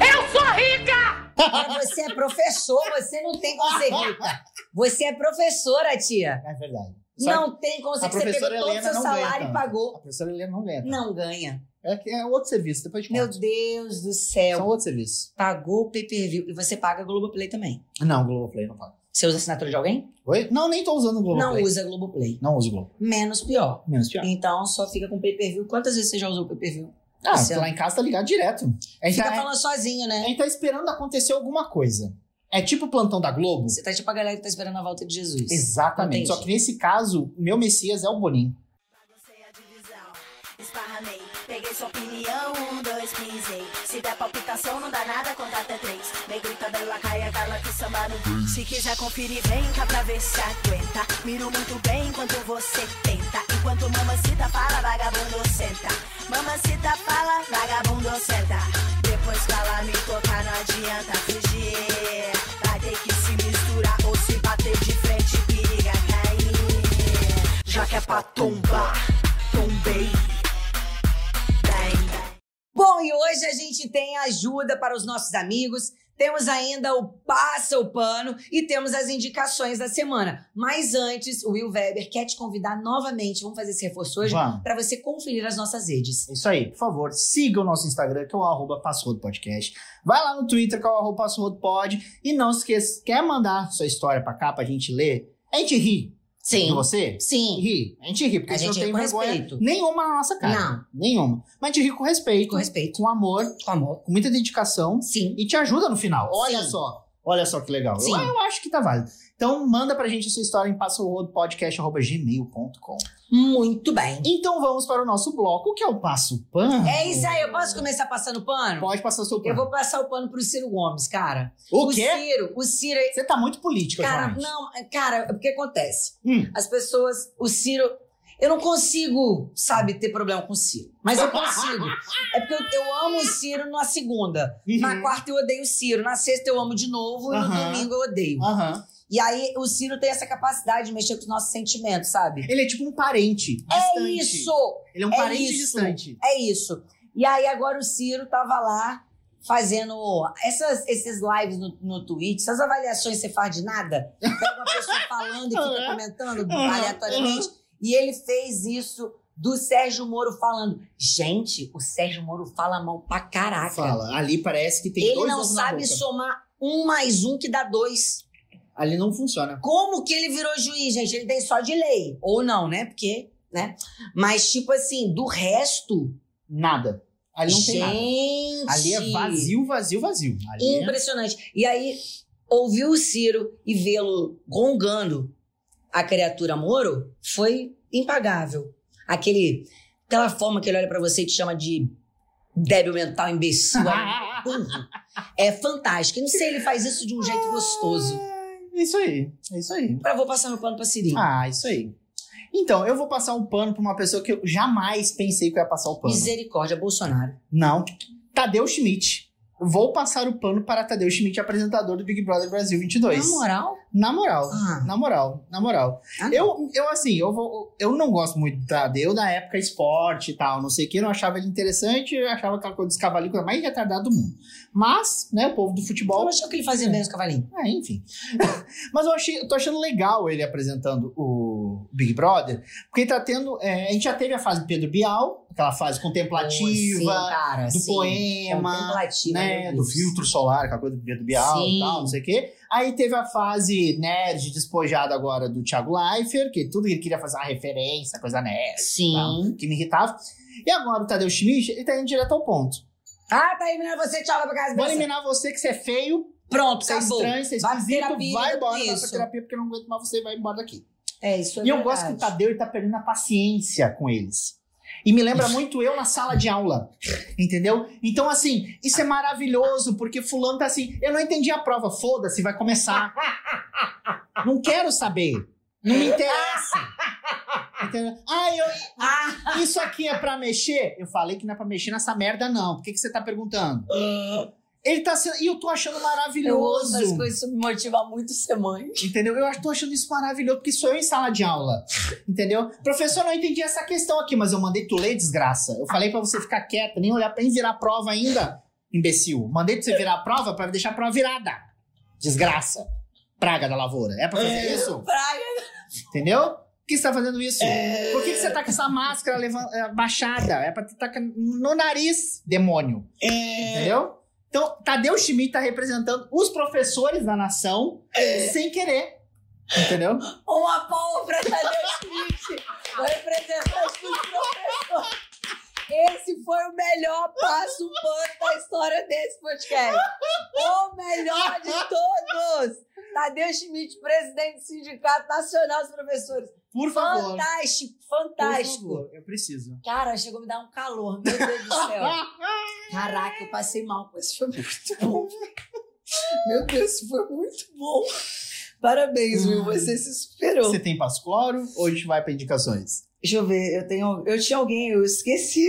S5: Eu sou rica!
S2: Mas você é professor, você não tem conseguida. Você é professora, tia.
S3: É verdade. Só
S2: Não tem
S3: que a
S2: conseguida. Você pegou
S3: professora
S2: todo o
S3: Helena
S2: seu
S3: não ganha.
S2: salário e
S3: tanto. A
S2: pagou.
S3: professora Helena não ganha. tanto.
S2: Não ganha.
S3: É, que- é outro serviço, depois de
S2: Meu Deus do céu.
S3: São outros serviços.
S2: Pagou o pay-per-view. E você paga a Globoplay também.
S3: Não, Globoplay não paga.
S2: Você usa assinatura de alguém?
S3: Oi? Não, nem tô usando o Globoplay.
S2: Não usa Globoplay.
S3: Não uso Globo.
S2: Menos pior.
S3: Menos pior.
S2: Então só fica com pay-per-view. Quantas vezes você já usou o pay-per-view?
S3: Ah,
S2: Esse
S3: lá em casa tá ligado direto. A gente,
S2: Fica
S3: tá,
S2: falando sozinho,
S3: a
S2: né?
S3: gente tá esperando acontecer alguma coisa. É tipo o plantão da Globo?
S2: Você tá tipo a galera que tá esperando a volta de Jesus.
S3: Exatamente.
S2: Entendi.
S3: Só que nesse caso, o meu Messias é o Boninho.
S7: Baguncei a divisão, esparramei, peguei sua opinião, um, dois, pisei. Se der palpitação, não dá nada, conta até três. Negrita, bela, caia, cala que o samba no blues. Se quiser conferir, vem cá pra ver se aguenta. Miro muito bem enquanto você tenta. Enquanto mamacita fala, vagabundo senta. Mamacita fala, vagabundo senta. Depois fala, me tocar, não adianta fugir. Vai ter que se misturar ou se bater de frente, periga cair. Já que é pra tombar, tombei. Bem, bem.
S2: Bom, e hoje a gente tem ajuda para os nossos amigos, temos ainda o Passa o Pano e temos as indicações da semana. Mas antes, o Will Weber quer te convidar novamente, vamos fazer esse reforço hoje,
S3: Vamos.
S2: para você conferir as nossas redes.
S3: é Isso aí, por favor, siga o nosso Instagram, que é o arroba Passrodo Podcast. Vai lá no Twitter, que é o arroba Passrodo Pod. E não se esqueça, quer mandar sua história pra cá pra gente ler? A gente ri de você?
S2: sim.
S3: Ri. A gente ri, porque
S2: A
S3: a gente
S2: gente
S3: não
S2: ri
S3: tem
S2: com
S3: vergonha
S2: respeito.
S3: nenhuma na nossa cara.
S2: Não,
S3: Nenhuma. Mas a gente ri com respeito.
S2: com respeito.
S3: Com amor,
S2: Com amor.
S3: com muita dedicação.
S2: Sim.
S3: E te ajuda no final. Olha
S2: Sim.
S3: só. Olha só que legal. Eu-
S2: Sim.
S3: Eu, acho que tá válido. Então manda pra gente a sua história em passorodopodcast.gmail.com
S2: Muito bem.
S3: Então vamos para o nosso bloco, que é o Passo Pano.
S2: É isso aí, eu posso começar passando pano?
S3: Pode passar o seu
S2: Eu
S3: pano.
S2: vou passar o pano pro Ciro Gomes, cara.
S3: O quê?
S2: Ciro, o Ciro, é-
S3: Você tá muito política,
S2: Cara,
S3: ultimamente.
S2: não, é, cara, o que acontece?
S3: Hum.
S2: As pessoas, o Ciro. Eu não consigo, sabe, ter problema com o Ciro. Mas eu consigo. é porque eu, eu amo o Ciro na segunda.
S3: Uhum.
S2: Na quarta eu odeio o Ciro. Na sexta eu amo de novo. E no
S3: Aham.
S2: domingo eu odeio.
S3: Aham.
S2: E aí o Ciro tem essa capacidade de mexer com os nossos sentimentos, sabe?
S3: Ele é tipo um parente
S2: É
S3: distante.
S2: isso!
S3: Ele é um
S2: É
S3: parente
S2: isso.
S3: distante.
S2: É isso. E aí agora o Ciro tava lá fazendo essas, esses lives no, no Twitch, essas avaliações você faz de nada. Pega uma pessoa falando e fica
S3: Aham.
S2: comentando
S3: Aham.
S2: aleatoriamente. E ele fez isso do Sérgio Moro falando. Gente, o Sérgio Moro fala mal pra caraca.
S3: Fala, ali parece que tem
S2: ele
S3: dois
S2: não
S3: ovos na
S2: sabe
S3: boca.
S2: somar um mais um que dá dois.
S3: Ali não funciona.
S2: Como que ele virou juiz, gente? Ele tem só de lei. Ou não, né? Porque, né? Mas, tipo assim, do resto,
S3: Nada. Ali não tem nada.
S2: Gente! Então-
S3: Ali é vazio, vazio, vazio. Ali é...
S2: Impressionante. E aí, ouvir o Ciro e vê-lo gongando a criatura Moro foi impagável. Aquele, aquela forma que ele olha pra você e te chama de débil mental, imbecil. é burro. É fantástico. E não sei, ele faz isso de um jeito gostoso.
S3: É Isso aí, é isso aí.
S2: Pra vou passar meu pano pra Cirinho.
S3: Ah, isso aí. Então, eu vou passar um pano pra uma pessoa que eu jamais pensei que eu ia passar o pano.
S2: Misericórdia, Bolsonaro.
S3: Não. Tadeu Schmidt. Vou passar o pano para Tadeu Schmidt, apresentador do Big Brother Brasil 22.
S2: Na moral?
S3: Na moral.
S2: Ah.
S3: Na moral, na moral.
S2: Ah, não.
S3: eu, eu, assim, eu, vou, eu não gosto muito do Tadeu da época esporte e tal, não sei o que. Eu não achava ele interessante, eu achava aquela coisa dos cavalinhos, coisa mais retardada do mundo. Mas, né, o povo do futebol
S2: Eu achei que ele fazia bem os cavalinhos.
S3: ah, enfim. Mas eu achei, eu tô achando legal ele apresentando o Big Brother, porque ele tá tendo. é, a gente já teve a fase do Pedro Bial, aquela fase
S2: Sim,
S3: contemplativa,
S2: cara,
S3: do
S2: sim.
S3: poema,
S2: Contemplativa,
S3: né?
S2: meu
S3: Do
S2: Deus.
S3: filtro solar, aquela coisa do Pedro Bial
S2: Sim.
S3: e tal, não sei o quê. Aí teve a fase nerd despojada agora do Thiago Leifert, que tudo ele queria fazer uma referência, coisa nerd,
S2: Sim.
S3: tal, que me irritava. E agora o Tadeu Schmidt, ele tá indo direto ao ponto.
S2: Ah, tá eliminando você, tchau, vai pra casa.
S3: Vou
S2: dessa.
S3: eliminar você que você é feio,
S2: Pronto,
S3: você é
S2: acabou.
S3: estranho, você é
S2: Vai pra
S3: esquisito,
S2: terapia,
S3: vai embora, vai pra
S2: isso.
S3: terapia, porque eu não aguento mais você, vai embora daqui.
S2: É, isso é
S3: e eu
S2: verdade.
S3: gosto que o Tadeu ele tá perdendo a paciência com eles. E me lembra muito eu na sala de aula. Entendeu? Então, assim, isso é maravilhoso, porque fulano tá assim, eu não entendi a prova, foda-se, vai começar. Não quero saber. Não me interessa. Entendeu? Ah, eu,
S2: Ah,
S3: isso aqui é pra mexer? Eu falei que não é pra mexer nessa merda, não. Por que, que você tá perguntando? Ele tá sendo. E eu tô achando
S2: Ah. eu
S3: maravilhoso.
S2: ouço as coisas, isso me motiva muito ser mãe.
S3: Entendeu? Eu acho- tô achando isso maravilhoso, porque sou eu em sala de aula. Entendeu? Professor, não entendi essa questão aqui, mas eu mandei tu ler, desgraça. Eu falei pra você ficar quieta, nem olhar pra nem virar a prova ainda. imbecil. Mandei pra você virar a prova pra deixar a prova virada. Desgraça. Praga da lavoura. É pra fazer isso?
S2: Praga.
S3: Entendeu? Por que você tá fazendo isso? Por que, que você tá com essa máscara levan- eh, baixada? É pra tu tá com- no nariz, demônio. Entendeu? Então, Tadeu Schmidt tá representando os professores da nação sem querer. Entendeu?
S2: Uma tá palma pra Tadeu Schmidt, o representante dos professores. Esse foi o melhor passo humano da história desse podcast. O melhor de todos. Tadeu Schmidt, presidente do Sindicato Nacional dos Professores.
S3: Por favor.
S2: Fantástico,
S3: Por
S2: fantástico.
S3: favor, eu preciso.
S2: Cara, chegou a me dar um calor, meu Deus do céu. Caraca, eu passei mal com isso. Foi muito bom. Meu Deus, isso foi muito bom. Parabéns, Will. Você se superou.
S3: Você tem Pascloro ou a gente vai pra indicações?
S2: Deixa eu ver, eu tenho. Eu tinha alguém, eu esqueci.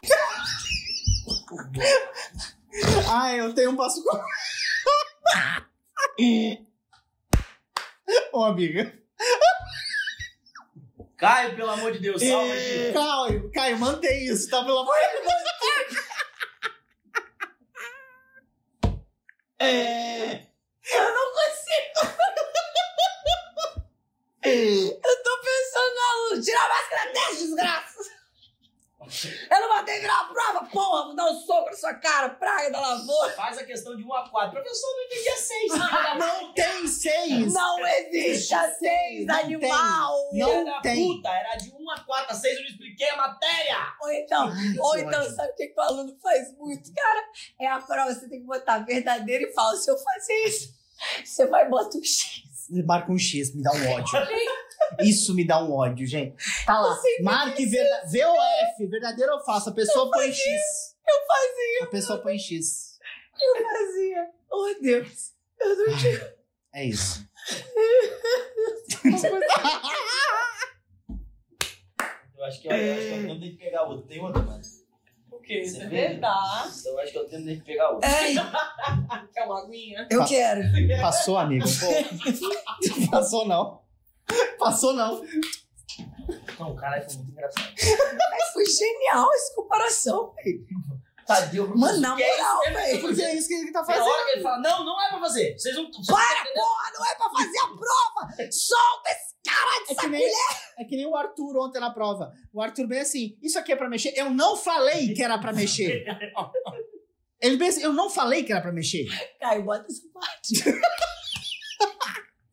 S3: Ah, eu tenho um Pascloro. Ô, amiga.
S8: Caio, pelo amor de Deus, salva aqui.
S3: É, Caio, Caio, mantém isso, tá? Pelo amor de Deus.
S2: Eu tô pensando na luz. Tirar a máscara dessa, desgraça! Eu não mandei virar a prova, porra! Vou dar um soco na sua cara, praga da lavoura!
S8: Faz a questão de 1 a 4. Professor, não entendi a 6.
S3: Não tem seis.
S2: Não existe a seis,
S3: Não tem.
S2: animal!
S3: Não tem.
S8: Puta, era de 1 a 4. A 6 eu não expliquei a matéria.
S2: Ou então, ou
S3: que
S2: então
S3: ódio.
S2: sabe o que, que o aluno faz muito, cara? É a prova, você tem que botar verdadeiro e falso. Se eu fazer isso, você vai botar um X.
S3: Marca um X, me dá um ódio. Isso me dá um ódio, gente. Tá lá. Marque verda... V ou F, verdadeiro ou falso. A pessoa põe X.
S2: Eu fazia,
S3: A pessoa põe X.
S2: eu fazia. Oh, Deus. Eu não tinha.
S3: É isso.
S8: Eu acho que eu, eu acho que eu tenho de pegar outro. Tem outro, mano.
S6: O quê?
S8: Isso é verdade. Então eu acho que eu tenho de pegar outro.
S2: Ai,
S6: Quer uma aguinha?
S2: eu quero.
S3: Passou, amigo. Pô. Passou não. Passou não.
S8: Não, caralho, foi muito engraçado.
S2: Mas foi genial essa comparação, velho.
S8: Tadeu, professor.
S2: Mano, na
S8: que é
S2: moral,
S8: isso?
S2: velho.
S3: Mas é isso que ele tá
S8: Tem
S3: fazendo.
S8: hora que ele fala, não, não é pra fazer. Vocês não...
S2: Para, porra, não é pra fazer a prova! Solta esse cara
S3: É
S2: de
S3: que,
S2: saco!
S3: nem, é que nem o Arthur ontem na prova. O Arthur bem assim, isso aqui é pra mexer. Eu não falei que era pra mexer. Ele bem assim, eu não falei que era pra mexer.
S2: Caio, bota essa parte.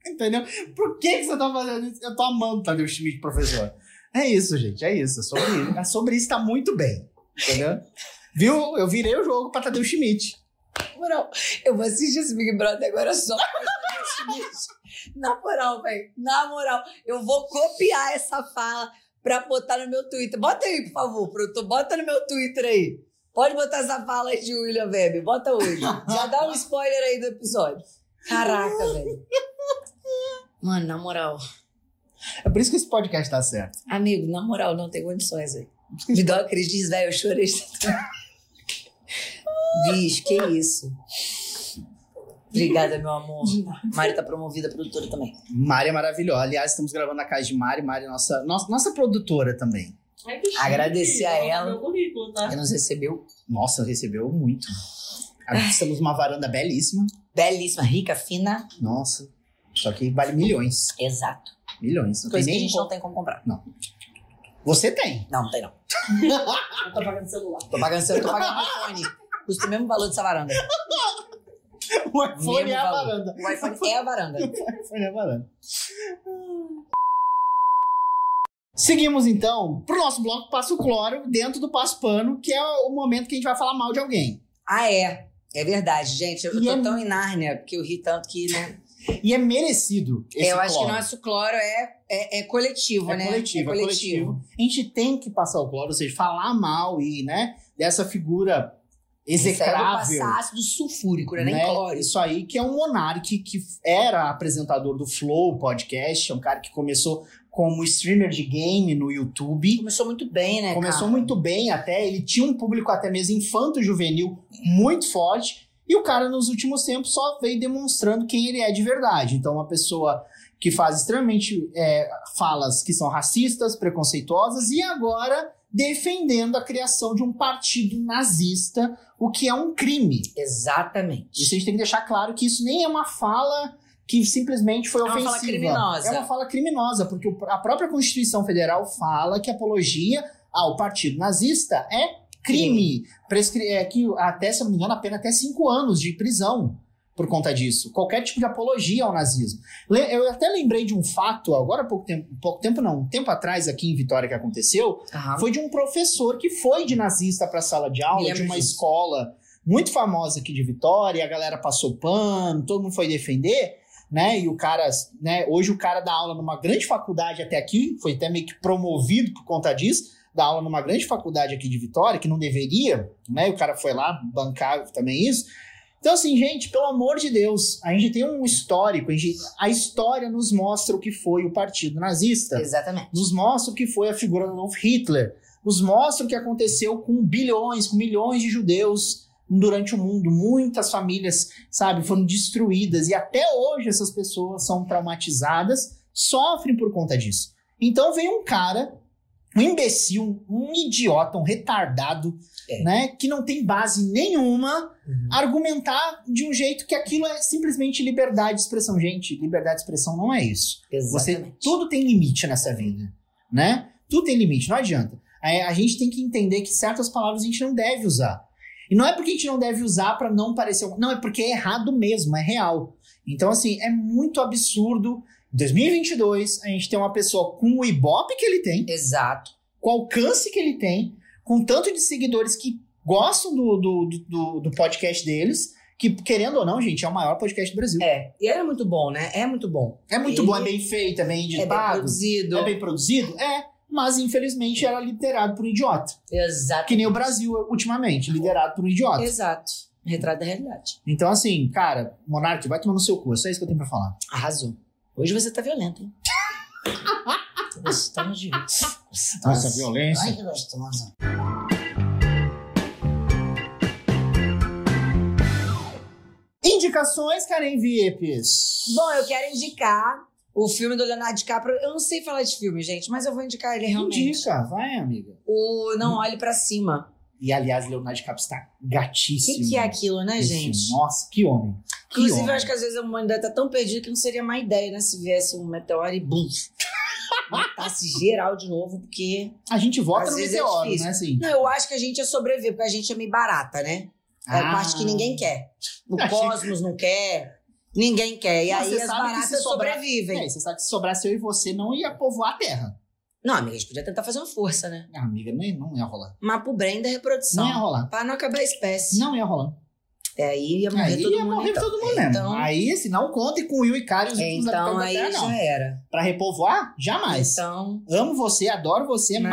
S3: Entendeu? Por que, que você tá fazendo isso? Eu tô amando Tadeu Schmidt, professor. É isso, gente. É isso. É sobre isso. É sobre isso tá muito bem. Entendeu? Viu? Eu virei o jogo pra Tadeu Schmidt.
S2: Na moral, eu vou assistir esse Big Brother agora só pra saber esse bicho. Na moral, velho. Na moral, eu vou copiar essa fala pra botar no meu Twitter. Bota aí, por favor, produtor. Bota no meu Twitter aí. Pode botar essa fala aí de William Weber. Bota hoje. Já dá um spoiler aí do episódio. Caraca, velho. Mano, na moral.
S3: É por isso que esse podcast tá certo.
S2: Amigo, na moral, não tem condições aí. Me dá uma crise diz, velho, eu chorei. Bicho, que isso. Obrigada, meu amor. Mari tá promovida, produtora também.
S3: Mari é maravilhosa. Aliás, estamos gravando na casa de Mari. Mari é nossa, nossa, nossa produtora também.
S2: Agradecer a ela.
S6: Meu currículo, tá?
S2: Ela nos recebeu.
S3: Nossa, recebeu muito.
S2: É.
S3: Agora Estamos numa varanda belíssima.
S2: Belíssima, rica, fina.
S3: Nossa. Só que vale milhões.
S2: Exato.
S3: Milhões. Não tem
S2: Coisa que a
S3: nem
S2: gente não tem como comprar.
S3: Você tem.
S2: Não, não tem não.
S6: Eu tô pagando celular.
S2: Tô pagando seu, tô pagando meu fone. Custa o mesmo valor dessa varanda.
S3: O iPhone
S2: Mesmo
S3: é a
S2: valor.
S3: varanda.
S2: O iPhone é a varanda.
S3: Foi reparando. Seguimos então pro nosso bloco Passo Cloro, dentro do Passo Pano, que é o momento que a gente vai falar mal de alguém.
S2: Ah, é. É verdade, gente. Eu
S3: E
S2: tô
S3: é-
S2: tão em Nárnia, porque eu ri tanto que não
S3: E é merecido. Esse
S2: eu acho que
S3: cloro.
S2: nosso cloro é, é, é coletivo,
S3: é
S2: né?
S3: coletivo, é coletivo. A gente tem que passar o cloro, ou seja, falar mal e, né, dessa figura
S2: Execrável.
S3: é execrável.
S2: Passa ácido sulfúrico, né? Nem
S3: né?
S2: cloro.
S3: Isso aí que é um monarque que era apresentador do Flow Podcast, é um cara que começou como streamer de game no YouTube.
S2: Começou muito bem, né,
S3: Começou
S2: cara?
S3: muito bem até, ele tinha um público até mesmo infanto-juvenil muito forte, e o cara nos últimos tempos só veio demonstrando quem ele é de verdade. Então, uma pessoa que faz extremamente é, falas que são racistas, preconceituosas, e agora defendendo a criação de um partido nazista, o que é um crime.
S2: Exatamente.
S3: Isso a gente tem que deixar claro que isso nem é uma fala que simplesmente foi
S2: É uma fala
S3: ofensiva.
S2: criminosa.
S3: É uma fala criminosa, porque o- a própria Constituição Federal fala que apologia ao partido nazista é crime. Prescri- é que até, se eu não me engano, a pena é até cinco anos de prisão por conta disso. Qualquer tipo de apologia ao nazismo. Le- Eu até lembrei de um fato, agora há pouco tempo, pouco tempo não, um tempo atrás aqui em Vitória que aconteceu,
S2: Aham.
S3: foi de um professor que foi de nazista para a sala de aula
S2: Lembro
S3: de uma
S2: disso.
S3: escola muito famosa aqui de Vitória, e a galera passou pano, todo mundo foi defender, né? E o cara, né, hoje o cara dá aula numa grande faculdade até aqui, foi até meio que promovido por conta disso, dá aula numa grande faculdade aqui de Vitória, que não deveria, né? E o cara foi lá bancar também isso. Então, assim, gente, pelo amor de Deus, a gente tem um histórico, a, gente- a história nos mostra o que foi o partido nazista
S2: Exatamente.
S3: nos mostra o que foi a figura do Adolf Hitler, nos mostra o que aconteceu com bilhões, com milhões de judeus durante o mundo. Muitas famílias, sabe, foram destruídas e até hoje essas pessoas são traumatizadas, sofrem por conta disso. Então vem um cara, um imbecil, um idiota, um retardado,
S2: É. Uhum.
S3: né, que não tem base nenhuma, argumentar de um jeito que aquilo é simplesmente liberdade de expressão. Gente, liberdade de expressão não é isso. Você,
S2: Exatamente.
S3: tudo tem limite nessa vida, né? Tudo tem limite, não adianta. É, a gente tem que entender que certas palavras a gente não deve usar. E não é porque a gente não deve usar pra não parecer. Não, é porque é errado mesmo, é real. Então, assim, é muito absurdo. Em 2022, a gente tem uma pessoa com o ibope que ele tem,
S2: Exato.
S3: com o alcance que ele tem, com o tanto de seguidores que gostam do, do, do- do, do podcast deles, que, querendo ou não, gente, é o maior podcast do Brasil.
S2: É. E era muito bom, né? É muito bom.
S3: É, muito
S2: E-
S3: bom, é bem feito, é bem
S2: É
S3: editado.
S2: bem produzido.
S3: É bem produzido? É, mas infelizmente era liderado por um idiota.
S2: Exato.
S3: Que nem o Brasil ultimamente, liderado por um idiota.
S2: Exato. Retrato da realidade.
S3: Então, assim, cara, Monark, vai tomar no seu cu. É só isso que eu tenho pra falar.
S2: Arrasou. Hoje você tá violento, hein? Gostamos de ver.
S3: Nossa, violência.
S2: Ai, que gostosa.
S3: Indicações, Karen Viepes.
S2: Bom, eu quero indicar o filme do Leonardo DiCaprio. Eu não sei falar de filme, gente, mas eu vou indicar ele realmente.
S3: Indica, vai, amiga.
S2: O Não Olhe Pra Cima.
S3: E, aliás, Leonardo DiCaprio está
S2: O
S3: gatíssimo.
S2: que, que é aquilo, né,
S3: Esse-
S2: gente?
S3: Nossa, que homem. Que
S2: Inclusive,
S3: homem.
S2: eu acho que às vezes a humanidade tá tão perdida que não seria má ideia, né? Se viesse um meteoro e bum! Matasse geral de novo, porque.
S3: A gente vota
S2: Às
S3: no
S2: vezes é
S3: meteoro,
S2: difícil.
S3: né? Assim.
S2: Não, eu acho que a gente ia sobreviver, porque a gente é meio barata, né? É a
S3: Ah.
S2: parte que ninguém quer. O
S3: Achei-
S2: cosmos não quer, ninguém quer. E
S3: Mas
S2: aí
S3: você
S2: as
S3: sabe que se
S2: baratas
S3: sobrar-
S2: sobrevivem.
S3: É, você sabe que se sobrasse eu e você, não ia povoar a Terra.
S2: Não, amiga, a gente podia tentar fazer uma força, né?
S3: Ah, amiga, não, não ia rolar.
S2: Mas pro Brenda da reprodução.
S3: Não ia rolar.
S2: Pra não acabar a espécie.
S3: Não ia rolar.
S2: É, aí ia morrer
S3: aí
S2: todo
S3: ia
S2: mundo.
S3: morrer
S2: então.
S3: todo mundo mesmo.
S2: Então,
S3: aí, assim, não contem com Will e Karen os
S2: é,
S3: últimos
S2: então aí
S3: habitantes da Terra, não.
S2: já era.
S3: Pra repovoar, jamais.
S2: Então,
S3: Amo você, adoro você, mas...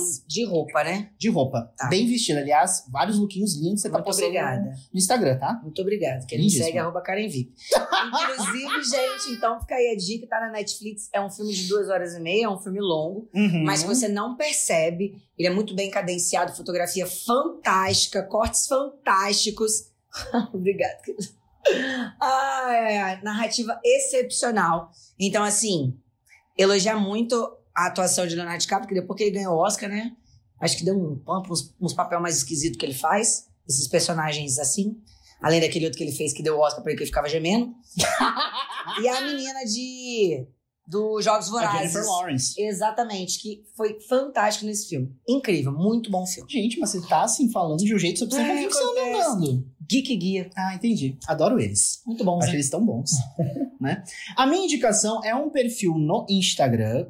S2: mas de roupa, né?
S3: De roupa.
S2: Tá.
S3: Bem vestida, aliás. Vários lookinhos lindos você tá
S2: Muito
S3: postando
S2: obrigada.
S3: no Instagram, tá?
S2: Muito obrigada. Quem me
S3: Lindíssimo.
S2: segue, arroba Karen VIP. Inclusive, gente, então fica aí a dica, tá na Netflix. É um filme de duas horas e meia, é um filme longo,
S3: Uhum.
S2: mas que você não percebe. Ele é muito bem cadenciado, fotografia fantástica, cortes fantásticos. obrigada. querida. Ai, ai, ai, narrativa excepcional. Então, assim, elogiar muito a atuação de Leonardo DiCaprio, que depois que ele ganhou o Oscar, né? Acho que deu um pampo, uns, uns papel mais esquisito que ele faz, esses personagens assim. Além daquele outro que ele fez que deu o Oscar pra ele que ele ficava gemendo. e a menina de dos Jogos
S3: A
S2: Vorazes.
S3: Jennifer Lawrence.
S2: Exatamente, que foi fantástico nesse filme. Incrível, muito bom filme.
S3: Gente, mas você tá, assim, falando de um jeito sobre
S2: É,
S3: sem convicção, né,
S2: acontece.
S3: Nando?
S2: Geek Guia.
S3: Ah, entendi. Adoro eles.
S2: Muito bom,
S3: Acho que
S2: né?
S3: eles tão bons, né? A minha indicação é um perfil no Instagram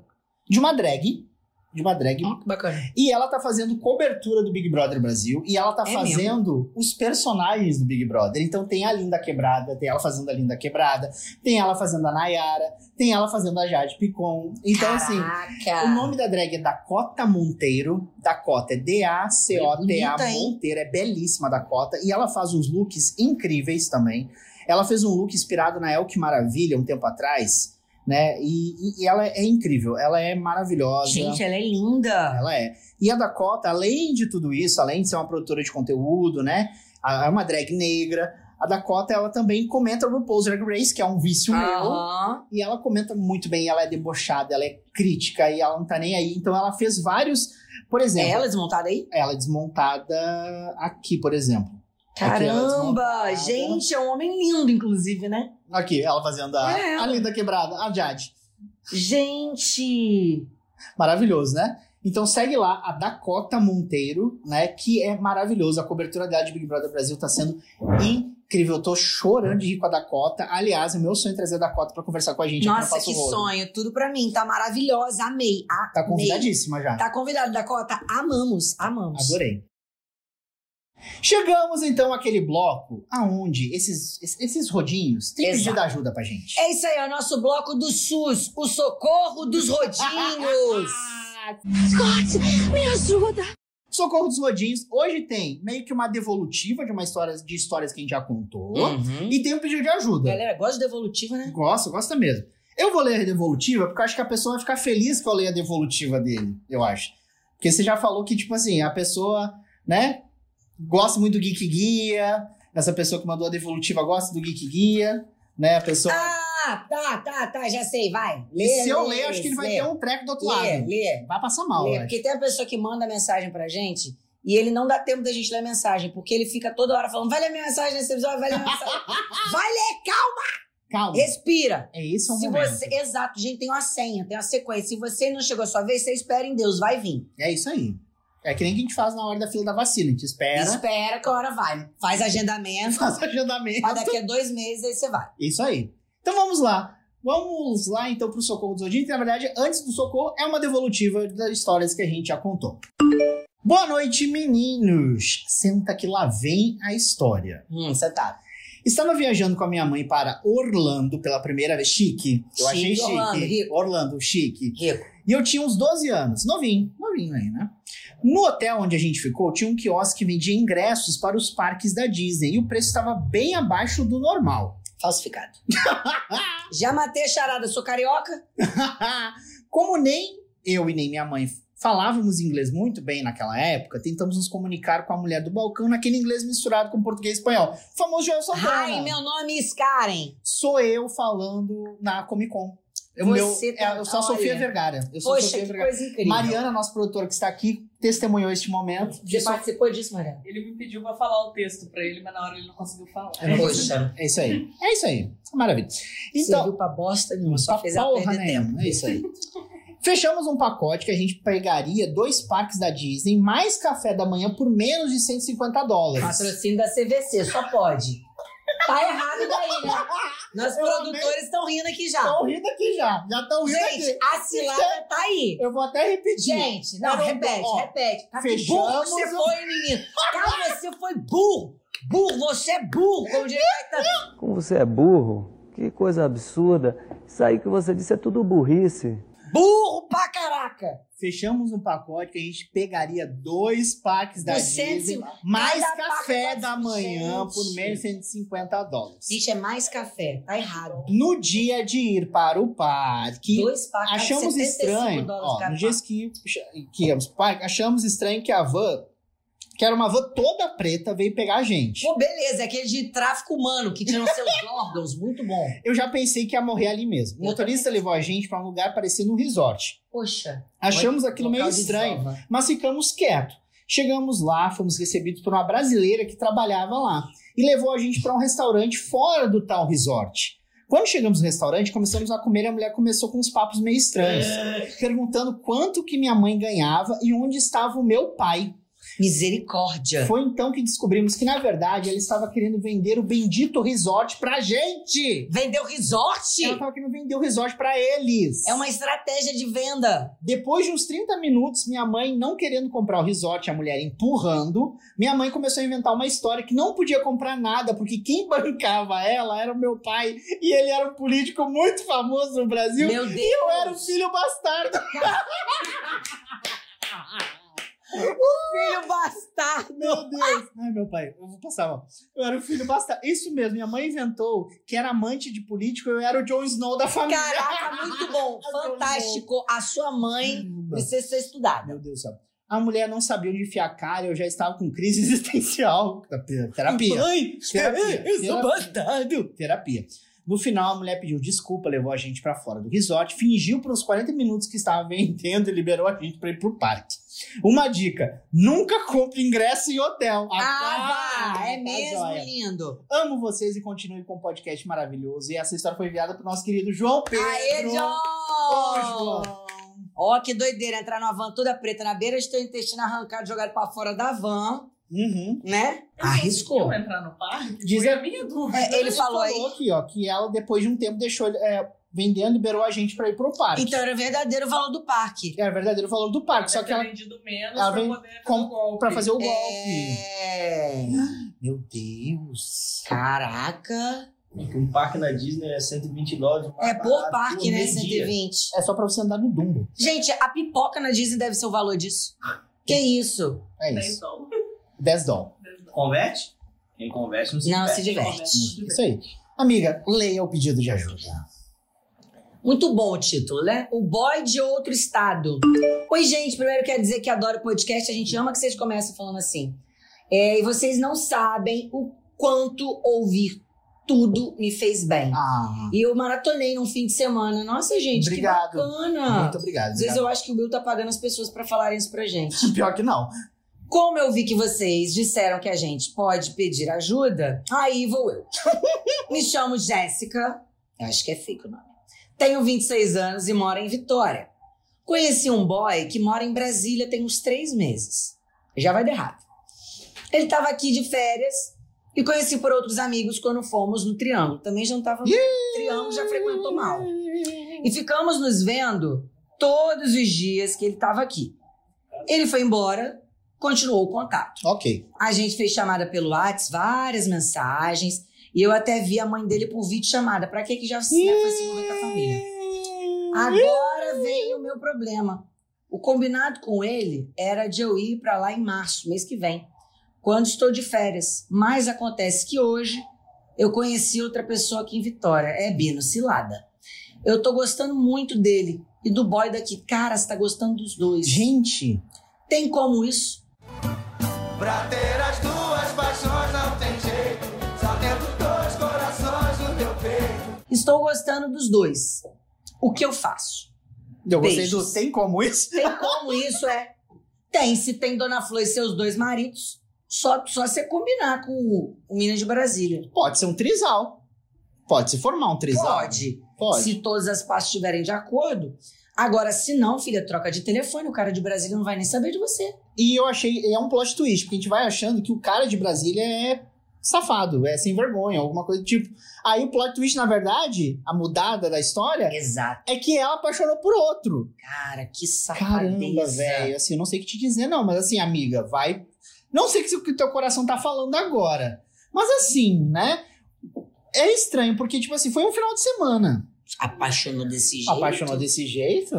S3: de uma drag, de uma drag
S2: Ó, que bacana.
S3: E ela tá fazendo cobertura do Big Brother Brasil e ela tá
S2: É
S3: fazendo os personagens do Big Brother. Então tem a Linda Quebrada, tem ela fazendo a Linda Quebrada, tem ela fazendo a Nayara, tem ela fazendo a Jade Picon. Então assim,
S2: Caraca.
S3: o nome da drag é Dakota Monteiro. Dakota é D-A-C-O-T-A
S2: Bonita, hein?
S3: Monteiro. É belíssima a Dakota. E ela faz uns looks incríveis também. Ela fez um look inspirado na El Que Maravilha um tempo atrás, né? E, e- e ela é incrível. Ela é maravilhosa.
S2: Gente, ela é linda.
S3: Ela é. E a Dakota, além de tudo isso, além de ser uma produtora de conteúdo, né? a- É uma drag negra. A Dakota, ela também comenta RuPaul's Drag Race, que é um vício meu.
S2: Aham.
S3: E ela comenta muito bem, ela é debochada, ela é crítica e ela não tá nem aí. Então ela fez vários. Por
S2: É
S3: exemplo,
S2: ela desmontada aí?
S3: ela é desmontada aqui, por exemplo. Aqui, ela
S2: Caramba!
S3: desmontada.
S2: Gente, é um homem lindo, inclusive, né?
S3: Aqui, ela fazendo a,
S2: É ela.
S3: a linda quebrada, a Jade.
S2: Gente!
S3: Maravilhoso, né? Então segue lá a Dakota Monteiro, né? Que é maravilhoso. A cobertura dela de Big Brother Brasil tá sendo incrível. Eu tô chorando de rir com a Dakota. Aliás, o meu sonho é trazer a Dakota pra conversar com a gente. aqui no
S2: Nossa,
S3: Passo
S2: que
S3: Rolo.
S2: sonho! Tudo pra mim. Tá maravilhosa. Amei. Amei.
S3: Tá convidadíssima já.
S2: Tá convidado, Dakota? Amamos, amamos.
S3: Adorei. Chegamos então àquele bloco aonde esses, esses rodinhos têm
S2: Exato.
S3: pedido ajuda pra gente.
S2: É isso aí, é o nosso bloco do SUS, o socorro dos rodinhos.
S3: Socorro dos Rodinhos, hoje tem meio que uma devolutiva de uma história de histórias que a gente já contou
S2: Uhum.
S3: e tem um pedido de ajuda.
S2: Galera, gosta de devolutivo, né?
S3: Gosta, gosta mesmo. Eu vou ler a devolutiva porque eu acho que a pessoa vai ficar feliz que eu leia a devolutiva dele, eu acho. Porque você já falou que, tipo assim, a pessoa, né, gosta muito do Geek Guia, essa pessoa que mandou a devolutiva gosta do Geek Guia, né, a pessoa...
S2: Ah, tá, tá, tá, já sei, vai. Lê,
S3: e se eu
S2: lê,
S3: ler, acho que ele vai
S2: lê,
S3: ter um treco do outro
S2: Lê,
S3: lado.
S2: lê,
S3: Vai passar mal,
S2: lê.
S3: eu acho.
S2: Porque tem a pessoa que manda mensagem pra gente e ele não dá tempo da gente ler a mensagem, porque ele fica toda hora falando, vai ler minha mensagem nesse episódio, vai ler minha mensagem. vai ler, calma,
S3: Calma,
S2: respira.
S3: é esse é o
S2: Se
S3: momento.
S2: você, exato, gente, tem uma senha, tem uma sequência. Se você não chegou a sua vez, você espera em Deus, vai vir.
S3: É isso aí. É que nem que a gente faz na hora da fila da vacina, a gente espera,
S2: Espera que a hora vai. Faz agendamento.
S3: faz agendamento.
S2: Mas daqui a dois meses aí você vai.
S3: Isso aí. Então vamos lá. Vamos lá então pro Socorro dos Odin, que na verdade, antes do Socorro, é uma devolutiva das histórias que a gente já contou. Boa noite, meninos! Senta que lá vem a história.
S2: Hum, você tá.
S3: Estava viajando com a minha mãe para Orlando pela primeira vez. Chique. Eu achei
S2: Chique,
S3: chique.
S2: Orlando, rico.
S3: Orlando, chique.
S2: Rico.
S3: E eu tinha uns 12 anos, novinho, novinho aí, né? No hotel onde a gente ficou, tinha um quiosque que vendia ingressos para os parques da Disney e o preço estava bem abaixo do normal.
S2: Falsificado. Já matei a charada, sou carioca?
S3: Como nem eu e nem minha mãe falávamos inglês muito bem naquela época, tentamos nos comunicar com a mulher do balcão naquele inglês misturado com português e espanhol. O famoso Joel Santana.
S2: Ai, meu nome é Karen.
S3: Sou eu falando na Comic Con. Eu,
S2: Você
S3: meu-
S2: tá-
S3: é, eu sou a Sofia
S2: olha.
S3: Vergara. Eu sou a
S2: Poxa,
S3: Sofia
S2: que
S3: Vergara.
S2: coisa incrível.
S3: Mariana, nossa produtora que está aqui, testemunhou este momento.
S2: Você
S3: Isso-
S2: participou disso, Mariana?
S6: Ele me pediu pra falar o texto pra ele, mas na hora ele não conseguiu falar.
S3: É, É isso aí. É isso aí. Maravilha. Então,
S2: Serviu pra bosta nenhuma, só
S3: Pra
S2: fez ela
S3: porra
S2: perder tempo.
S3: nenhuma, É isso aí. Fechamos um pacote que a gente pegaria dois parques da Disney, mais café da manhã por menos de 150 dólares.
S2: Patrocínio da CVC, só pode. Tá errado daí, né? Nossos
S3: Eu amei.
S2: produtores estão rindo aqui já.
S3: Estão rindo aqui já. Já estão rindo aqui.
S2: Gente, a cilada tá aí.
S3: Eu vou até repetir.
S2: Gente, não,
S3: Era um
S2: repete,
S3: bo- ó,
S2: repete. Cara, que
S3: fechamos
S2: burro que você
S3: o-
S2: foi, menino. Cara, você foi burro. Burro, você é burro. Como diria o Caetano.
S9: Como você é burro? Que coisa absurda. Isso aí que você disse é tudo burrice.
S2: Burro pra caraca.
S3: Fechamos um pacote que a gente pegaria dois parques da
S2: Por
S3: Disney,
S2: 150
S3: mais
S2: cada
S3: café
S2: pacote.
S3: da manhã por
S2: Gente.
S3: menos de 150 dólares.
S2: Gente, é mais café. Tá errado.
S3: No dia de ir para o parque,
S2: Dois pacotes,
S3: achamos
S2: 75
S3: estranho,
S2: dólares
S3: ó,
S2: cada
S3: no dia que, que íamos pro parque, achamos estranho que a van, que era uma van toda preta, veio pegar a gente.
S2: Pô, beleza, é aquele de tráfico humano que tiram seus órgãos. Muito bom.
S3: Eu já pensei que ia morrer ali mesmo. O
S2: Eu
S3: motorista levou a gente para um lugar parecido um resort.
S2: Poxa.
S3: Achamos aquilo meio
S2: local de
S3: estranho,
S2: desova.
S3: mas ficamos quietos. Chegamos lá, fomos recebidos por uma brasileira que trabalhava lá e levou a gente para um restaurante fora do tal resort. Quando chegamos no restaurante, começamos a comer e a mulher começou com uns papos meio estranhos, perguntando quanto que minha mãe ganhava e onde estava o meu pai.
S2: Misericórdia.
S3: Foi então que descobrimos que, na verdade, ela estava querendo vender o bendito resort pra gente!
S2: Vendeu resort?
S3: Ela estava querendo vender o resort pra eles.
S2: É uma estratégia de venda.
S3: Depois de uns 30 minutos, minha mãe não querendo comprar o resort, a mulher empurrando, minha mãe começou a inventar uma história que não podia comprar nada, porque quem bancava ela era o meu pai, e ele era um político muito famoso no Brasil,
S2: Meu Deus.
S3: eu era o filho bastardo.
S2: filho bastardo.
S3: Meu Deus! Ai, meu pai, eu vou passar, ó. Eu era o filho bastardo. Isso mesmo, minha mãe inventou que era amante de político, eu era o Jon Snow da família.
S2: Caraca, muito bom. Fantástico. A sua mãe
S3: Caramba.
S2: precisa ser estudada.
S3: Meu Deus do céu. A mulher não sabia onde enfiar a cara, eu já estava com crise existencial. Terapia.
S5: Mãe,
S3: Terapia. Terapia.
S5: bastardo.
S3: terapia. No final, a mulher pediu desculpa, levou a gente pra fora do resort, fingiu por uns 40 minutos que estava vendendo e liberou a gente pra ir pro parque. Uma dica: nunca compre ingresso em hotel.
S2: Ah, vá! É
S3: tá
S2: mesmo
S3: joia.
S2: lindo.
S3: Amo vocês e continue com o podcast maravilhoso. E essa história foi enviada pro nosso querido João Pedro.
S2: Aê,
S3: Ô,
S2: John! Ó, que doideira entrar numa van toda preta na beira de teu intestino arrancado, jogado pra fora da van,
S3: Uhum.
S2: né?
S6: Eu
S2: Arriscou.
S6: consegui entrar no parque?
S3: Diz
S6: Foi
S3: a-
S6: a minha dúvida.
S2: É, ele falou aí.
S3: aqui, ó, que ela, depois de um tempo, deixou é, vendendo, liberou a gente pra ir pro parque.
S2: Então era o verdadeiro valor do parque.
S3: Era o verdadeiro valor do parque, só que ela.
S6: vendido menos
S3: ela
S6: pra
S3: vem
S6: poder
S3: com-
S6: fazer o golpe.
S3: Pra fazer o golpe.
S2: É.
S3: Meu Deus.
S2: Caraca.
S8: Um parque na Disney é 129.
S2: É por parque, né?
S8: Dia.
S2: 120.
S3: É só pra você andar no Dumbo.
S2: Gente, a pipoca na Disney deve ser o valor disso. Que isso?
S3: É
S6: Dez
S3: isso.
S6: dólares.
S3: 10 dólares.
S8: Converte? Quem converte não se
S2: Não, se
S8: diverte.
S6: né? Hum.
S2: diverte.
S3: Isso aí. Amiga, leia o pedido de ajuda.
S2: Muito bom o título, né? O boy de outro estado. Oi, gente. Primeiro quero dizer que adoro podcast. A gente ama que vocês começam falando assim. É, e vocês não sabem o quanto ouvir tudo me fez bem.
S3: Ah,
S2: E eu maratonei num fim de semana. Nossa, gente,
S3: Obrigado.
S2: que bacana.
S3: muito obrigado.
S2: Às vezes eu acho que o Bill tá pagando as pessoas pra falarem isso pra gente.
S3: Pior que não.
S2: Como eu vi que vocês disseram que a gente pode pedir ajuda, aí vou eu. Me chamo Jéssica, eu acho que é fake o nome. Tenho 26 anos e moro em Vitória. Conheci um boy que mora em Brasília tem uns três meses. Já vai dar errado. Ele estava aqui de férias e conheci por outros amigos quando fomos no Triângulo. Também já não estava no Triângulo, já frequentou mal. E ficamos nos vendo todos os dias que ele estava aqui. Ele foi embora, continuou o contato.
S3: Ok.
S2: A gente fez chamada pelo Whats, várias mensagens. E eu até vi a mãe dele por vídeo chamada. Pra que que já né, foi se envolver com a família? Agora vem o meu problema. O combinado com ele era de eu ir pra lá em março, mês que vem, quando estou de férias. Mas acontece que hoje eu conheci outra pessoa aqui em Vitória, é Bino Cilada. Eu tô gostando muito dele e do boy daqui. Cara, você tá gostando dos dois.
S3: Gente,
S2: Tem como isso?
S1: Pra ter as duas paixões não tem jeito. Só tendo dois corações no teu peito.
S2: Estou gostando dos dois. O que eu faço?
S3: eu gostei
S2: Beijos.
S3: do tem como isso?
S2: Tem como isso é? Tem, se tem Dona Flor e seus dois maridos, só só você combinar com o, o menino de Brasília.
S3: Pode ser um trisal. Pode se formar um trisal.
S2: Pode,
S3: Pode.
S2: se todas as partes estiverem de acordo. Agora, se não, filha, troca de telefone, o cara de Brasília não vai nem saber de você.
S3: E eu achei, é um plot twist, porque a gente vai achando que o cara de Brasília é safado, é sem vergonha, alguma coisa do tipo. Aí o plot twist, na verdade, a mudada da história,
S2: Exato.
S3: é que ela apaixonou por outro.
S2: Cara, que
S3: Caramba,
S2: safadeza.
S3: velho. Assim, eu não sei o que te dizer, não, mas assim, amiga, vai. Não sei o que o teu coração tá falando agora. Mas assim, né? É estranho, porque, tipo assim, foi um final de semana.
S2: Apaixonou desse jeito.
S3: Apaixonou desse jeito?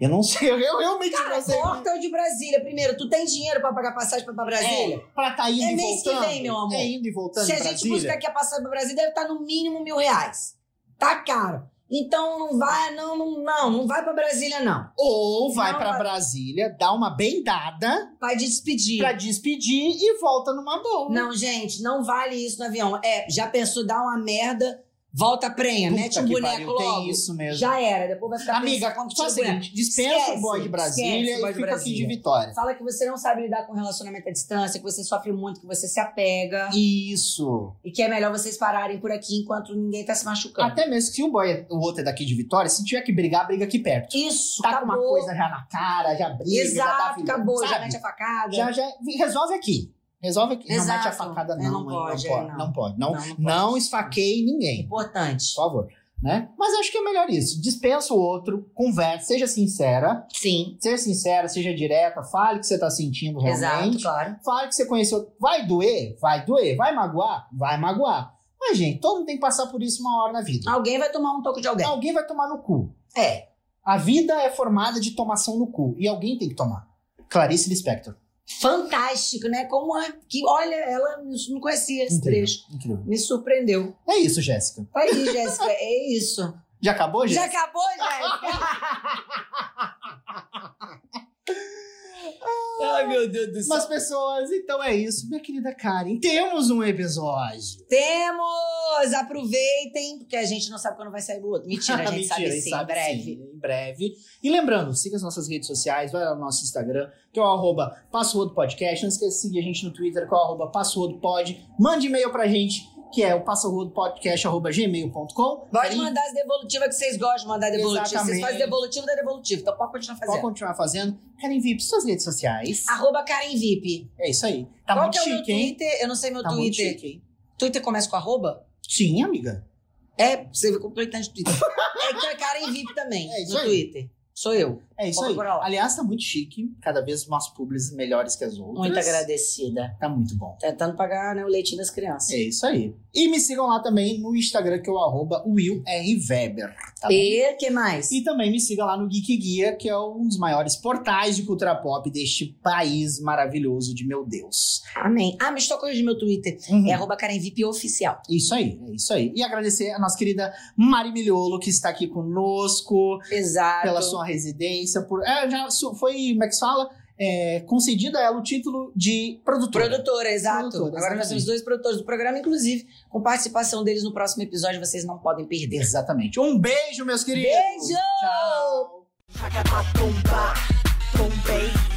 S3: Eu não sei, eu, eu realmente
S2: Cara,
S3: não sei.
S2: corta o de Brasília primeiro. Tu tem dinheiro pra pagar passagem pra ir pra Brasília?
S3: Pra tá indo
S2: É
S3: e
S2: mês que
S3: voltando.
S2: vem, meu amor.
S3: É indo e voltando
S2: Se a
S3: pra
S2: gente
S3: Brasília.
S2: buscar que a passagem pro Brasil, deve estar no mínimo mil reais. Tá caro. Então não vai, não, não, não, não vai pra Brasília, não.
S3: Ou vai
S2: Não,
S3: pra
S2: mas-
S3: Brasília, dá uma bendada
S2: Vai de despedir.
S3: pra despedir e volta numa boa.
S2: Não, gente, não vale isso no avião. É, já pensou dar uma merda, volta a prenha,
S3: Puta
S2: mete um
S3: que
S2: boneco
S3: pariu,
S2: logo.
S3: Tem isso mesmo.
S2: Já era, depois vai ficar pensando
S3: Amiga,
S2: assim, como que
S3: faz o
S2: tinha
S3: seguinte, dispensa
S2: Esquece,
S3: o boy de Brasília
S2: esquece o boy
S3: e
S2: de
S3: fica aqui de
S2: Brasília.
S3: Vitória.
S2: boneco. Fala que você não sabe lidar com relacionamento à distância, que você sofre muito, que você se apega
S3: Isso.
S2: e que é melhor vocês pararem por aqui enquanto ninguém tá se machucando.
S3: Até mesmo que se um boy, é- o outro é daqui de Vitória, se tiver que brigar, briga aqui perto.
S2: Isso,
S3: Tá com
S2: acabou.
S3: uma coisa já na cara, já briga, já tá
S2: Exato,
S3: afim-
S2: acabou, já
S3: sabe?
S2: mete a facada.
S3: já, já resolve aqui. Resolve aqui. Não
S2: Exato.
S3: mete a facada,
S2: É,
S3: não.
S2: não
S3: hein?
S2: pode, é,
S3: não, pode,
S2: não.
S3: não pode. Não,
S2: Não, não pode.
S3: não esfaqueie ninguém,
S2: Importante.
S3: por favor. Né? Mas acho que é melhor isso. Dispensa o outro, conversa, seja sincera.
S2: Sim.
S3: Seja sincera, seja direta, fale o que você tá sentindo realmente.
S2: Exato, claro.
S3: Fala que você conheceu. Vai doer? Vai doer. Vai magoar? Vai magoar. Mas, gente, todo mundo tem que passar por isso uma hora na vida.
S2: Alguém vai tomar um toco de alguém.
S3: Alguém vai tomar no cu.
S2: É.
S3: A vida é formada de tomação no cu. E alguém tem que tomar. Clarice Lispector.
S2: Fantástico, né? Como é que, olha, ela não conhecia esse
S3: Incrível.
S2: trecho.
S3: Incrível.
S2: Me surpreendeu.
S3: É isso, Jéssica.
S2: Tá aí, Jéssica. É isso.
S3: Já acabou,
S2: Já
S3: Jéssica?
S2: acabou, Jéssica?
S8: Ai, meu Deus do céu.
S3: Mas, pessoas, então é isso, minha querida Karen. Temos um episódio.
S2: Temos! Aproveitem, porque a gente não sabe quando vai sair o outro. Mentira, a gente sabe
S3: Ah, Mentira,
S2: sim, em breve.
S3: sim, em breve. E lembrando, siga as nossas redes sociais, vai lá no nosso Instagram, que é o arroba Passo Rodo Podcast. Não esqueça de seguir a gente no Twitter, que é o arroba Passo Rodo Pod. Mande e-mail pra gente, que é o passorodopodcast.gmail.com.
S2: Pode mandar as devolutivas que vocês gostam de mandar devolutiva. Vocês
S3: Exatamente.
S2: fazem devolutivo da devolutiva, então pode continuar
S3: Pode
S2: fazendo.
S3: continuar fazendo. Karen VIP, suas redes sociais.
S2: Arroba Karen VIP.
S3: É isso aí.
S2: Ah.
S3: Tá
S2: Qual
S3: muito
S2: que é o meu
S3: chique, hein?
S2: Twitter? Eu não sei meu
S3: Tá muito
S2: Twitter.
S3: chique, hein?
S2: Twitter começa com arroba?
S3: Sim, amiga.
S2: É, você vê completamente o Twitter. é então é Karen VIP também,
S3: É isso
S2: no
S3: aí.
S2: Twitter. Sou eu.
S3: É isso
S2: Pode
S3: aí.
S2: procurar lá.
S3: Aliás, tá muito chique. Cada vez umas publis melhores que as outras.
S2: Muito agradecida.
S3: Tá muito bom.
S2: Tentando pagar né, o leitinho das crianças.
S3: É isso aí. E me sigam lá também no Instagram, que é o arroba WillRWeber. Tá bom?
S2: e que mais?
S3: E também me siga lá no Geek Guia, que é um dos maiores portais de cultura pop deste país maravilhoso de meu Deus.
S2: Amém. Ah, mas estou corrigindo meu Twitter.
S3: Uhum.
S2: É arroba Karen VIP oficial.
S3: Isso aí, é isso aí. E agradecer a nossa querida Mari Miliolo, que está aqui conosco,
S2: Exato.
S3: pela sua residência. Por... É, já su- foi, como é que se fala? É, concedida a ela o título de produtora.
S2: Produtora, exato.
S3: Produtora,
S2: Agora nós temos
S3: exatamente.
S2: dois produtores do programa, inclusive, com participação deles no próximo episódio, vocês não podem perder.
S3: Exatamente. Um beijo, meus queridos.
S2: Beijo!
S3: Tchau.
S7: Joga pra tombar, tombei.